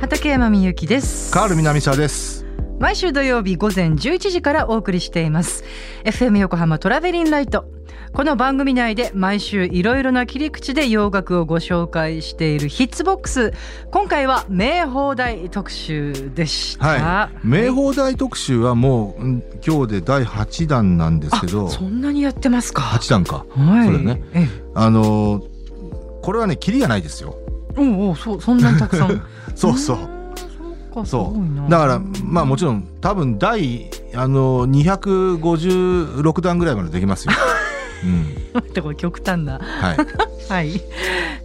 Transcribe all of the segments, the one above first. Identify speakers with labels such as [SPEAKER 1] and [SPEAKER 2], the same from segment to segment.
[SPEAKER 1] 畠山みゆきです
[SPEAKER 2] カール南沢です
[SPEAKER 1] 毎週土曜日午前11時からお送りしています FM 横浜トラベリンライトこの番組内で毎週いろいろな切り口で洋楽をご紹介しているヒッツボックス今回は名放題特集でした、
[SPEAKER 2] はい名宝大特集はもううん今日で第8弾なんですけど
[SPEAKER 1] あそんなにやってますか
[SPEAKER 2] 8弾か
[SPEAKER 1] はい
[SPEAKER 2] そうだね
[SPEAKER 1] ええ
[SPEAKER 2] あのーこれはねキリがないですよ
[SPEAKER 1] おうおうそうそんなにたくさん
[SPEAKER 2] そうそう
[SPEAKER 1] ーんそうかす
[SPEAKER 2] そ
[SPEAKER 1] ごいな
[SPEAKER 2] うだからまあもちろん多分第あのー256弾ぐらいまでできます よ、うん、
[SPEAKER 1] 待ってこれ極端な
[SPEAKER 2] はい
[SPEAKER 1] はい。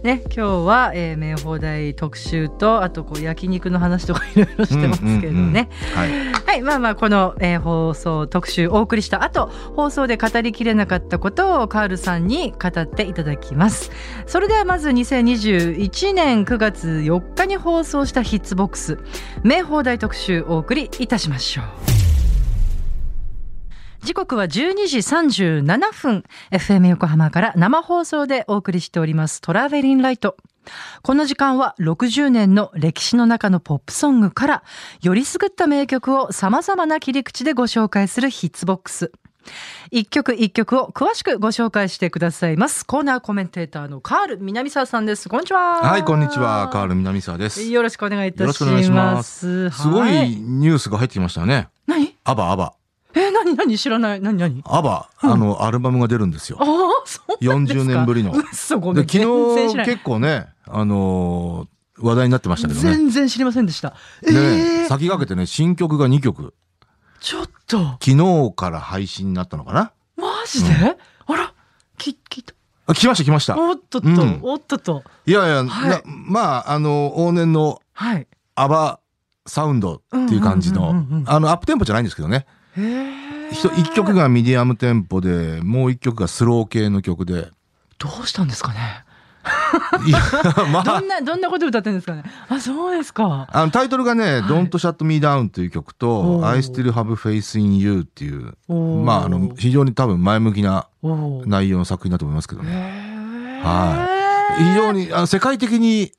[SPEAKER 1] ね、今日は、えー、名放題特集と、あとこう焼肉の話とかいろいろしてますけど
[SPEAKER 2] うんうんうん
[SPEAKER 1] ね。
[SPEAKER 2] はい
[SPEAKER 1] はい、まあまあ、この、えー放送特集お送りした後、放送で語りきれなかったことをカールさんに語っていただきます。それではまず2021年9月4日に放送したヒッツボックス、名放題特集お送りいたしましょう。時刻は12時37分 FM 横浜から生放送でお送りしておりますトラベリンライトこの時間は60年の歴史の中のポップソングからよりすぐった名曲を様々な切り口でご紹介するヒッツボックス一曲一曲を詳しくご紹介してくださいますコーナーコメンテーターのカール南沢さんですこんにちは
[SPEAKER 2] はい、こんにちは、カール南沢です。
[SPEAKER 1] よろしくお願いいたし
[SPEAKER 2] よろしくお願
[SPEAKER 1] ま
[SPEAKER 2] いしますすご
[SPEAKER 1] はい
[SPEAKER 2] ニュースが入ってきましたよね。
[SPEAKER 1] 何
[SPEAKER 2] アバアバ
[SPEAKER 1] え何何知らない何何
[SPEAKER 2] アバ、あのアルバムが出るんですよ
[SPEAKER 1] あ。あそうなんですか
[SPEAKER 2] 40年ぶりの
[SPEAKER 1] 嘘ごめん
[SPEAKER 2] で昨
[SPEAKER 1] 全然
[SPEAKER 2] 日
[SPEAKER 1] 知らない
[SPEAKER 2] 結構ね、あのー話題になってましたけどね。
[SPEAKER 1] 全然知りませんでしたえ
[SPEAKER 2] ね
[SPEAKER 1] ー、
[SPEAKER 2] 先駆けてね新曲が2曲
[SPEAKER 1] ちょっと
[SPEAKER 2] 昨日から配信になったのかな
[SPEAKER 1] マジで、あらき聞いた
[SPEAKER 2] あ来ました来ました
[SPEAKER 1] おっとっと、
[SPEAKER 2] うん
[SPEAKER 1] おっとっと
[SPEAKER 2] いやいや、
[SPEAKER 1] はい
[SPEAKER 2] なまああの往年の
[SPEAKER 1] はい
[SPEAKER 2] アバサウンドっていう感じの、
[SPEAKER 1] うんうんうんうんうん
[SPEAKER 2] あのアップテンポじゃないんですけどね
[SPEAKER 1] へえ
[SPEAKER 2] ひと一曲がミディアムテンポでもう一曲がスロー系 の曲で
[SPEAKER 1] どうしたんですかね
[SPEAKER 2] いやま
[SPEAKER 1] ど
[SPEAKER 2] あ
[SPEAKER 1] んなどんなこと歌ってるんですかねあそうですか
[SPEAKER 2] あのタイトルがね「Don't Shut Me Down」という曲と
[SPEAKER 1] お
[SPEAKER 2] 「
[SPEAKER 1] ー
[SPEAKER 2] I Still Have Faith in You」っていう
[SPEAKER 1] おー
[SPEAKER 2] まああの非常に多分前向きな
[SPEAKER 1] おー
[SPEAKER 2] 内容の作品だと思いますけど
[SPEAKER 1] へ
[SPEAKER 2] ね
[SPEAKER 1] え
[SPEAKER 2] は非常にあの世界的に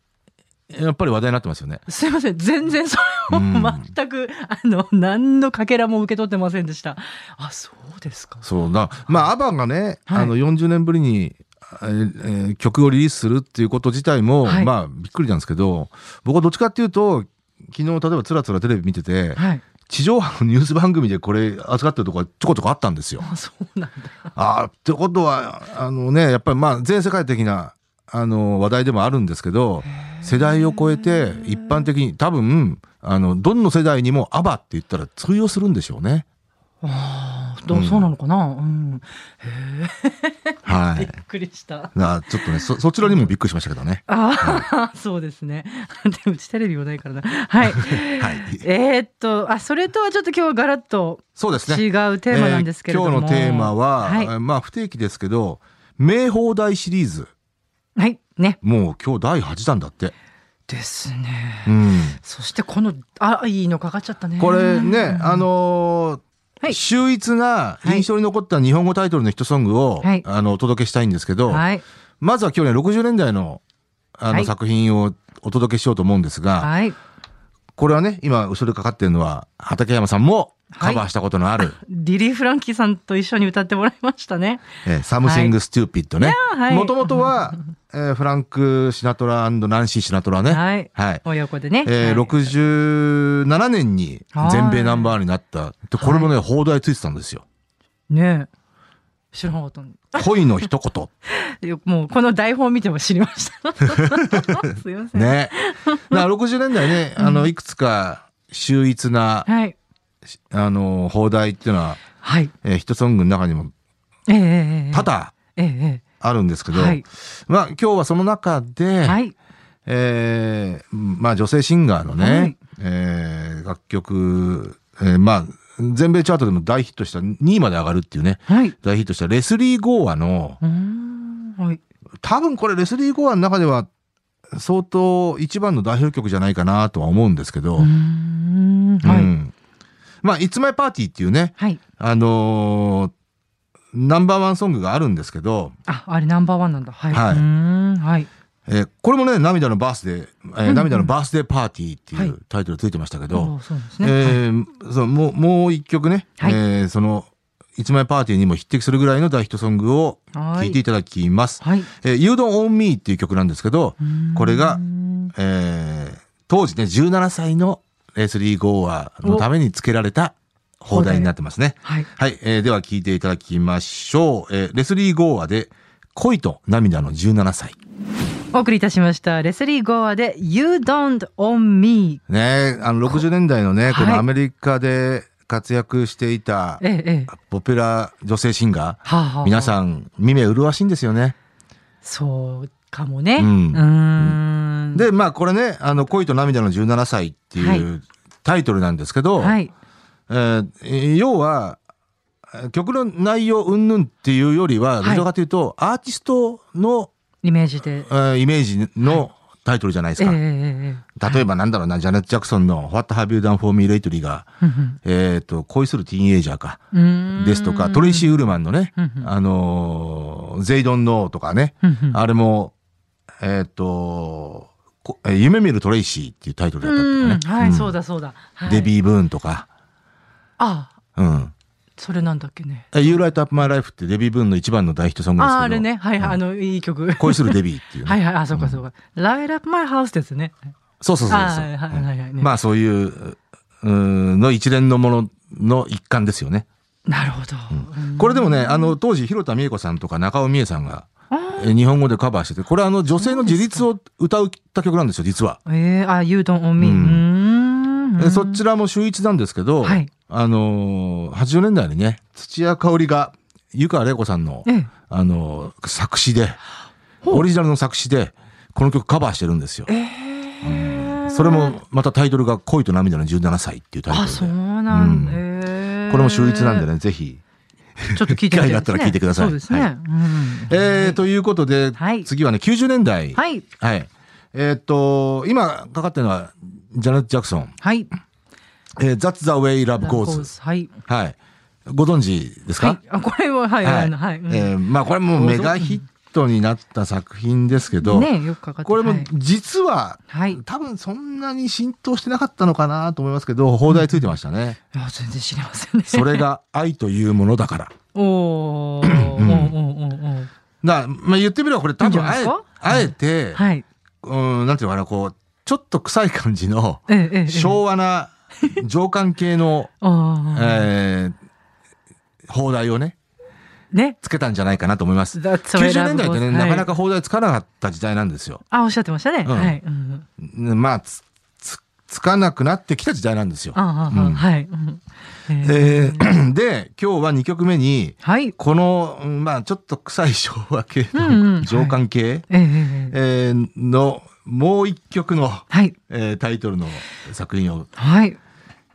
[SPEAKER 2] やっぱり話題になってますよね。
[SPEAKER 1] すいません全然それを
[SPEAKER 2] うん
[SPEAKER 1] 全く、あの何のかけらも受け取ってませんでしたあそうですか
[SPEAKER 2] そうなまあアバンがね、
[SPEAKER 1] はい
[SPEAKER 2] あの40年ぶりにえーえー曲をリリースするっていうこと自体も、
[SPEAKER 1] はい
[SPEAKER 2] まあびっくりなんですけど僕はどっちかっていうと昨日例えばつらつらテレビ見てて
[SPEAKER 1] はい
[SPEAKER 2] 地上波のニュース番組でこれ扱ってるとこがちょこちょこあったんですよ。
[SPEAKER 1] あそうなんだ
[SPEAKER 2] あーってことはあのねやっぱりまあ全世界的なあの話題でもあるんですけど世代を超えて一般的に多分あのどの世代にも「アバ」って言ったら通用するんでしょうね。
[SPEAKER 1] ああ、ど
[SPEAKER 2] う
[SPEAKER 1] うんそうなのかな。うん。
[SPEAKER 2] は
[SPEAKER 1] びっ
[SPEAKER 2] い
[SPEAKER 1] くりした。
[SPEAKER 2] あちょっとねそそちらにもびっくりしましたけどね。
[SPEAKER 1] ああ、 そうですね。でうちテレビもないからな。 はい。
[SPEAKER 2] はい、
[SPEAKER 1] えーっと、あ、それとはちょっと今日はガラッと
[SPEAKER 2] そうですね
[SPEAKER 1] 違うテーマなんですけれども。
[SPEAKER 2] えー今日のテーマは、
[SPEAKER 1] はい
[SPEAKER 2] え。ーまあ不定期ですけど「名放題」シリーズ
[SPEAKER 1] はい。ね。
[SPEAKER 2] もう今日第8弾だって。
[SPEAKER 1] ですね。
[SPEAKER 2] うん
[SPEAKER 1] そしてこの、あ、いいのかかっちゃったね。
[SPEAKER 2] これね、あのー
[SPEAKER 1] はい
[SPEAKER 2] 秀逸な印象に残った日本語タイトルのヒットソングを、
[SPEAKER 1] はい
[SPEAKER 2] あのお届けしたいんですけど、
[SPEAKER 1] はい。
[SPEAKER 2] まずは今日ね60年代のあの、
[SPEAKER 1] はい
[SPEAKER 2] 作品をお届けしようと思うんですが、
[SPEAKER 1] はい。
[SPEAKER 2] これはね今後ろでかかってるのは畠山さんもカバーしたこと のある「
[SPEAKER 1] リリー・フランキーさんと一緒に歌ってもらいましたね。
[SPEAKER 2] えー、サムシング・ステューピッドね
[SPEAKER 1] やーは」い
[SPEAKER 2] もともとは、 えーフランク・シナトラナンシー・シナトラね。
[SPEAKER 1] はい。
[SPEAKER 2] はい
[SPEAKER 1] 親子でね。
[SPEAKER 2] え
[SPEAKER 1] は
[SPEAKER 2] ー
[SPEAKER 1] い
[SPEAKER 2] 67年に全米ナンバーになった。でこれもね、放題ついてたんですよ。
[SPEAKER 1] ねえ。知らなかったん
[SPEAKER 2] 恋の一 言。
[SPEAKER 1] よもうこの台本見ても知りま した。すいません。
[SPEAKER 2] ね。だから60年代ね、あの、いくつか秀逸な、
[SPEAKER 1] はい。
[SPEAKER 2] あの、放題っていうのは、
[SPEAKER 1] はい。
[SPEAKER 2] えーヒットソングの中にも
[SPEAKER 1] ええええええ
[SPEAKER 2] 多々
[SPEAKER 1] ええ
[SPEAKER 2] あるんですけど、
[SPEAKER 1] はい
[SPEAKER 2] まあ今日はその中で、
[SPEAKER 1] ええはい。
[SPEAKER 2] えーまあ女性シンガーのね、
[SPEAKER 1] はい
[SPEAKER 2] えー楽曲、えーまあ全米チャートでも大ヒットした2位まで上がるっていうね、
[SPEAKER 1] はい。
[SPEAKER 2] 大ヒットしたレスリー・ゴーアの、
[SPEAKER 1] うーん。はい。
[SPEAKER 2] 多分これレスリー・ゴーアの中では相当一番の代表曲じゃないかなとは思うんですけど、
[SPEAKER 1] うーん。は
[SPEAKER 2] う
[SPEAKER 1] い。
[SPEAKER 2] んまあ、いつまいパーティーっていうね、
[SPEAKER 1] はい。
[SPEAKER 2] あのーナンバーワンソングがあるんですけど、
[SPEAKER 1] あ、あれナンバーワンなんだ。はい。
[SPEAKER 2] はいう
[SPEAKER 1] ーん。はい。
[SPEAKER 2] えーこれもね、涙のバースデー、えー
[SPEAKER 1] うん
[SPEAKER 2] 涙のバースデーパーティーって
[SPEAKER 1] はいいう
[SPEAKER 2] タイトルついてましたけど、
[SPEAKER 1] おーそうなんですね。
[SPEAKER 2] えーそのもう、もう一曲ね、
[SPEAKER 1] はい
[SPEAKER 2] えーその、一枚パーティーにも匹敵するぐらいの大ヒットソングを聴いていただきます。
[SPEAKER 1] はい。はい
[SPEAKER 2] えー You Don't Own Me っていう曲なんですけど、これが
[SPEAKER 1] うーん
[SPEAKER 2] えー当時ね、17歳のレスリー・ゴーアーのために付けられた放題になってますね。
[SPEAKER 1] はい。
[SPEAKER 2] はい、えーでは聴いていただきましょう。えーレスリー・ゴーアーで、恋と涙の17歳。
[SPEAKER 1] お送りいたしました。レスリー・ゴーアで You Don't Own Me。
[SPEAKER 2] ねあの、60年代のね、
[SPEAKER 1] こ
[SPEAKER 2] こ
[SPEAKER 1] はい
[SPEAKER 2] のアメリカで活躍していた、
[SPEAKER 1] ええ、ええ。
[SPEAKER 2] ポピュラー女性シンガー、
[SPEAKER 1] はあはあはあ
[SPEAKER 2] 皆さん、耳麗しいんですよね。
[SPEAKER 1] そうかもね。
[SPEAKER 2] うん
[SPEAKER 1] うーん
[SPEAKER 2] で、まあ、これね、あの、恋と涙の17歳っていうタイトルなんですけど、
[SPEAKER 1] はい。
[SPEAKER 2] えー要は、えー曲の内容云々っていうより
[SPEAKER 1] は
[SPEAKER 2] は、
[SPEAKER 1] い
[SPEAKER 2] どちらかというと、アーティストの、
[SPEAKER 1] イメージで。
[SPEAKER 2] えーイメージのタイトルじゃない
[SPEAKER 1] え
[SPEAKER 2] です
[SPEAKER 1] え
[SPEAKER 2] か。
[SPEAKER 1] え
[SPEAKER 2] 例えばなんだろうな、ジャネット・ジャクソンの What Have You Done For Me Lately が、
[SPEAKER 1] えうん
[SPEAKER 2] えっ、と、恋するティーンエイジャーか、
[SPEAKER 1] うんうーん
[SPEAKER 2] ですとか、トレイシー・ウルマンのね、
[SPEAKER 1] うんうん
[SPEAKER 2] あのーゼイドン・ノーとかね、
[SPEAKER 1] うんうん
[SPEAKER 2] あれも、えっ、と、こえー夢見るトレイシーっていうタイトルだった
[SPEAKER 1] うん
[SPEAKER 2] とかね。
[SPEAKER 1] はい、
[SPEAKER 2] ん
[SPEAKER 1] そうだそうだ。はい
[SPEAKER 2] デビー・ブーンとか、
[SPEAKER 1] あ、
[SPEAKER 2] うん。
[SPEAKER 1] それなんだっけね。
[SPEAKER 2] え You Light Up My Life ってデビー・ブーンの一番の大ヒットソングですけ
[SPEAKER 1] あ
[SPEAKER 2] ど。
[SPEAKER 1] あれね、はい、
[SPEAKER 2] うん
[SPEAKER 1] あの、いい曲。は
[SPEAKER 2] 恋するデビーっていうね、
[SPEAKER 1] いはい、あ、そうかそうか。Light Up My House ですね。
[SPEAKER 2] そうそうそうそう。
[SPEAKER 1] はいはいはいはい
[SPEAKER 2] うんまあそういう、うーんの一連のものの一環ですよね。
[SPEAKER 1] なるほど。うん
[SPEAKER 2] これでもね、あの当時、広田美恵子さんとか中尾美恵さんが、え日本語でカバーしてて、これあの女性の自立を歌うた曲なんですよ、実は。
[SPEAKER 1] ええ、あ、You Don't Own Me う
[SPEAKER 2] うん
[SPEAKER 1] ーん。
[SPEAKER 2] えそちらも秀逸なんですけど、
[SPEAKER 1] はい
[SPEAKER 2] あのー、80年代にね、土屋香織が、湯川玲子さんの、
[SPEAKER 1] ええ
[SPEAKER 2] あのー作詞で、
[SPEAKER 1] ほう
[SPEAKER 2] オリジナルの作詞で、この曲カバーしてるんですよ。うんそれも、またタイトルが恋と涙の17歳っていうタイトル
[SPEAKER 1] あ、
[SPEAKER 2] で。
[SPEAKER 1] そうなんだ。
[SPEAKER 2] う
[SPEAKER 1] え
[SPEAKER 2] ん
[SPEAKER 1] え
[SPEAKER 2] これも秀逸なんで。ね、ぜひ。
[SPEAKER 1] ちょっと聞いてみたいですね。
[SPEAKER 2] 機会があったら聞いてください
[SPEAKER 1] そうですね。
[SPEAKER 2] はい
[SPEAKER 1] うん
[SPEAKER 2] えーということで、
[SPEAKER 1] はい
[SPEAKER 2] 次はね、90年代。い。
[SPEAKER 1] はい。
[SPEAKER 2] えーっと、今かかってるのは、ジャネット・ジャクソン。
[SPEAKER 1] はい。
[SPEAKER 2] えー That's the way love
[SPEAKER 1] ラブコー
[SPEAKER 2] goes.
[SPEAKER 1] ズはい。
[SPEAKER 2] はい。ご存知ですか、
[SPEAKER 1] はいあこれも、はい、
[SPEAKER 2] は
[SPEAKER 1] あ
[SPEAKER 2] い。
[SPEAKER 1] のはい。うん
[SPEAKER 2] えーまあこれもメガヒットになった作品ですけど、
[SPEAKER 1] ねよくかかって
[SPEAKER 2] これも
[SPEAKER 1] はい
[SPEAKER 2] 実は、
[SPEAKER 1] はい。
[SPEAKER 2] 多分そんなに浸透してなかったのかなと思いますけど、放題ついてましたね。
[SPEAKER 1] いや全然知りません ね。
[SPEAKER 2] それが愛というものだから。
[SPEAKER 1] おー。おーおーおーおー
[SPEAKER 2] だまあ言ってみればこれ
[SPEAKER 1] いい
[SPEAKER 2] 多
[SPEAKER 1] んじ
[SPEAKER 2] 分
[SPEAKER 1] ゃないで
[SPEAKER 2] あえ
[SPEAKER 1] すか
[SPEAKER 2] あえて、
[SPEAKER 1] はい。
[SPEAKER 2] うん、なんていうのかな、こう、ちょっと臭い感じの
[SPEAKER 1] ええええええ。
[SPEAKER 2] 昭和な情感系の、
[SPEAKER 1] あ
[SPEAKER 2] えー、放題をね、
[SPEAKER 1] ーね。
[SPEAKER 2] つけたんじゃないかなと思います。
[SPEAKER 1] 90
[SPEAKER 2] 90年代ってね、なかなか放題つかなかった時代なんですよ。
[SPEAKER 1] あ、おっしゃってましたね。
[SPEAKER 2] うん
[SPEAKER 1] はい。うん
[SPEAKER 2] うんまあつつつかなくなってきた時代なんですよ。
[SPEAKER 1] あーあー、
[SPEAKER 2] うん
[SPEAKER 1] はい。うんえー
[SPEAKER 2] えー で今日は2曲目に
[SPEAKER 1] はい。
[SPEAKER 2] この、うんまあ、ちょっと臭い昭和系の、
[SPEAKER 1] うんうん
[SPEAKER 2] 情感系、
[SPEAKER 1] ええええええ
[SPEAKER 2] えーのもう一曲の、
[SPEAKER 1] はい。
[SPEAKER 2] えータイトルの作品を
[SPEAKER 1] はい。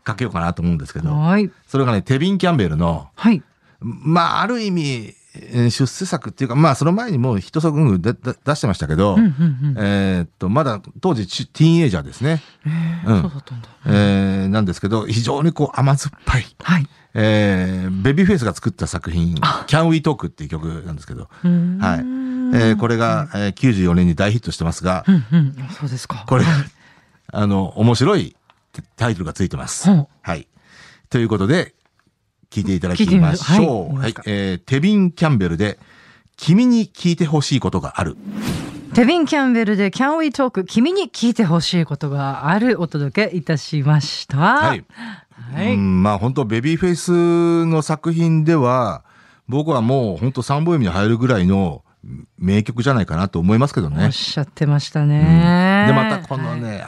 [SPEAKER 2] かけようかなと思うんですけど
[SPEAKER 1] はい。
[SPEAKER 2] それがねテビン・キャンベルの
[SPEAKER 1] はい。
[SPEAKER 2] まあある意味えー出世作っていうかまあその前にもうヒットソングでで出してましたけど、
[SPEAKER 1] うんうんうん。
[SPEAKER 2] えーっとまだ当時チティーンエイジャーですね。
[SPEAKER 1] え
[SPEAKER 2] う
[SPEAKER 1] ー
[SPEAKER 2] ん
[SPEAKER 1] そうだったんだ。
[SPEAKER 2] えーなんですけど、非常にこう甘酸っぱい。
[SPEAKER 1] はい。
[SPEAKER 2] えーベビーフェイスが作った作品、Can We Talk っていう曲なんですけど、はい。えーこれが、えー94年に大ヒットしてますが
[SPEAKER 1] う、んうん。あそうですか。
[SPEAKER 2] これが
[SPEAKER 1] はい、
[SPEAKER 2] あの、面白いタイトルがついてます
[SPEAKER 1] ほう。
[SPEAKER 2] はい。ということで、聞いていただき
[SPEAKER 1] 聞いてみま
[SPEAKER 2] ます
[SPEAKER 1] は
[SPEAKER 2] しょ。
[SPEAKER 1] いう
[SPEAKER 2] はい
[SPEAKER 1] いいですか
[SPEAKER 2] えーテビン・キャンベルで、君に聞いてほしいことがある。
[SPEAKER 1] テビン・キャンベルで Can We Talk 君に聞いてほしいことがあるお届けいたしました。は
[SPEAKER 2] はいい。。うん、まあ本当ベビーフェイスの作品では僕はもう本当三本指に入るぐらいの名曲じゃないかなと思いますけど
[SPEAKER 1] おっ
[SPEAKER 2] ね。
[SPEAKER 1] しゃってました
[SPEAKER 2] う
[SPEAKER 1] ね
[SPEAKER 2] ん。でまたこの
[SPEAKER 1] はい。
[SPEAKER 2] ね、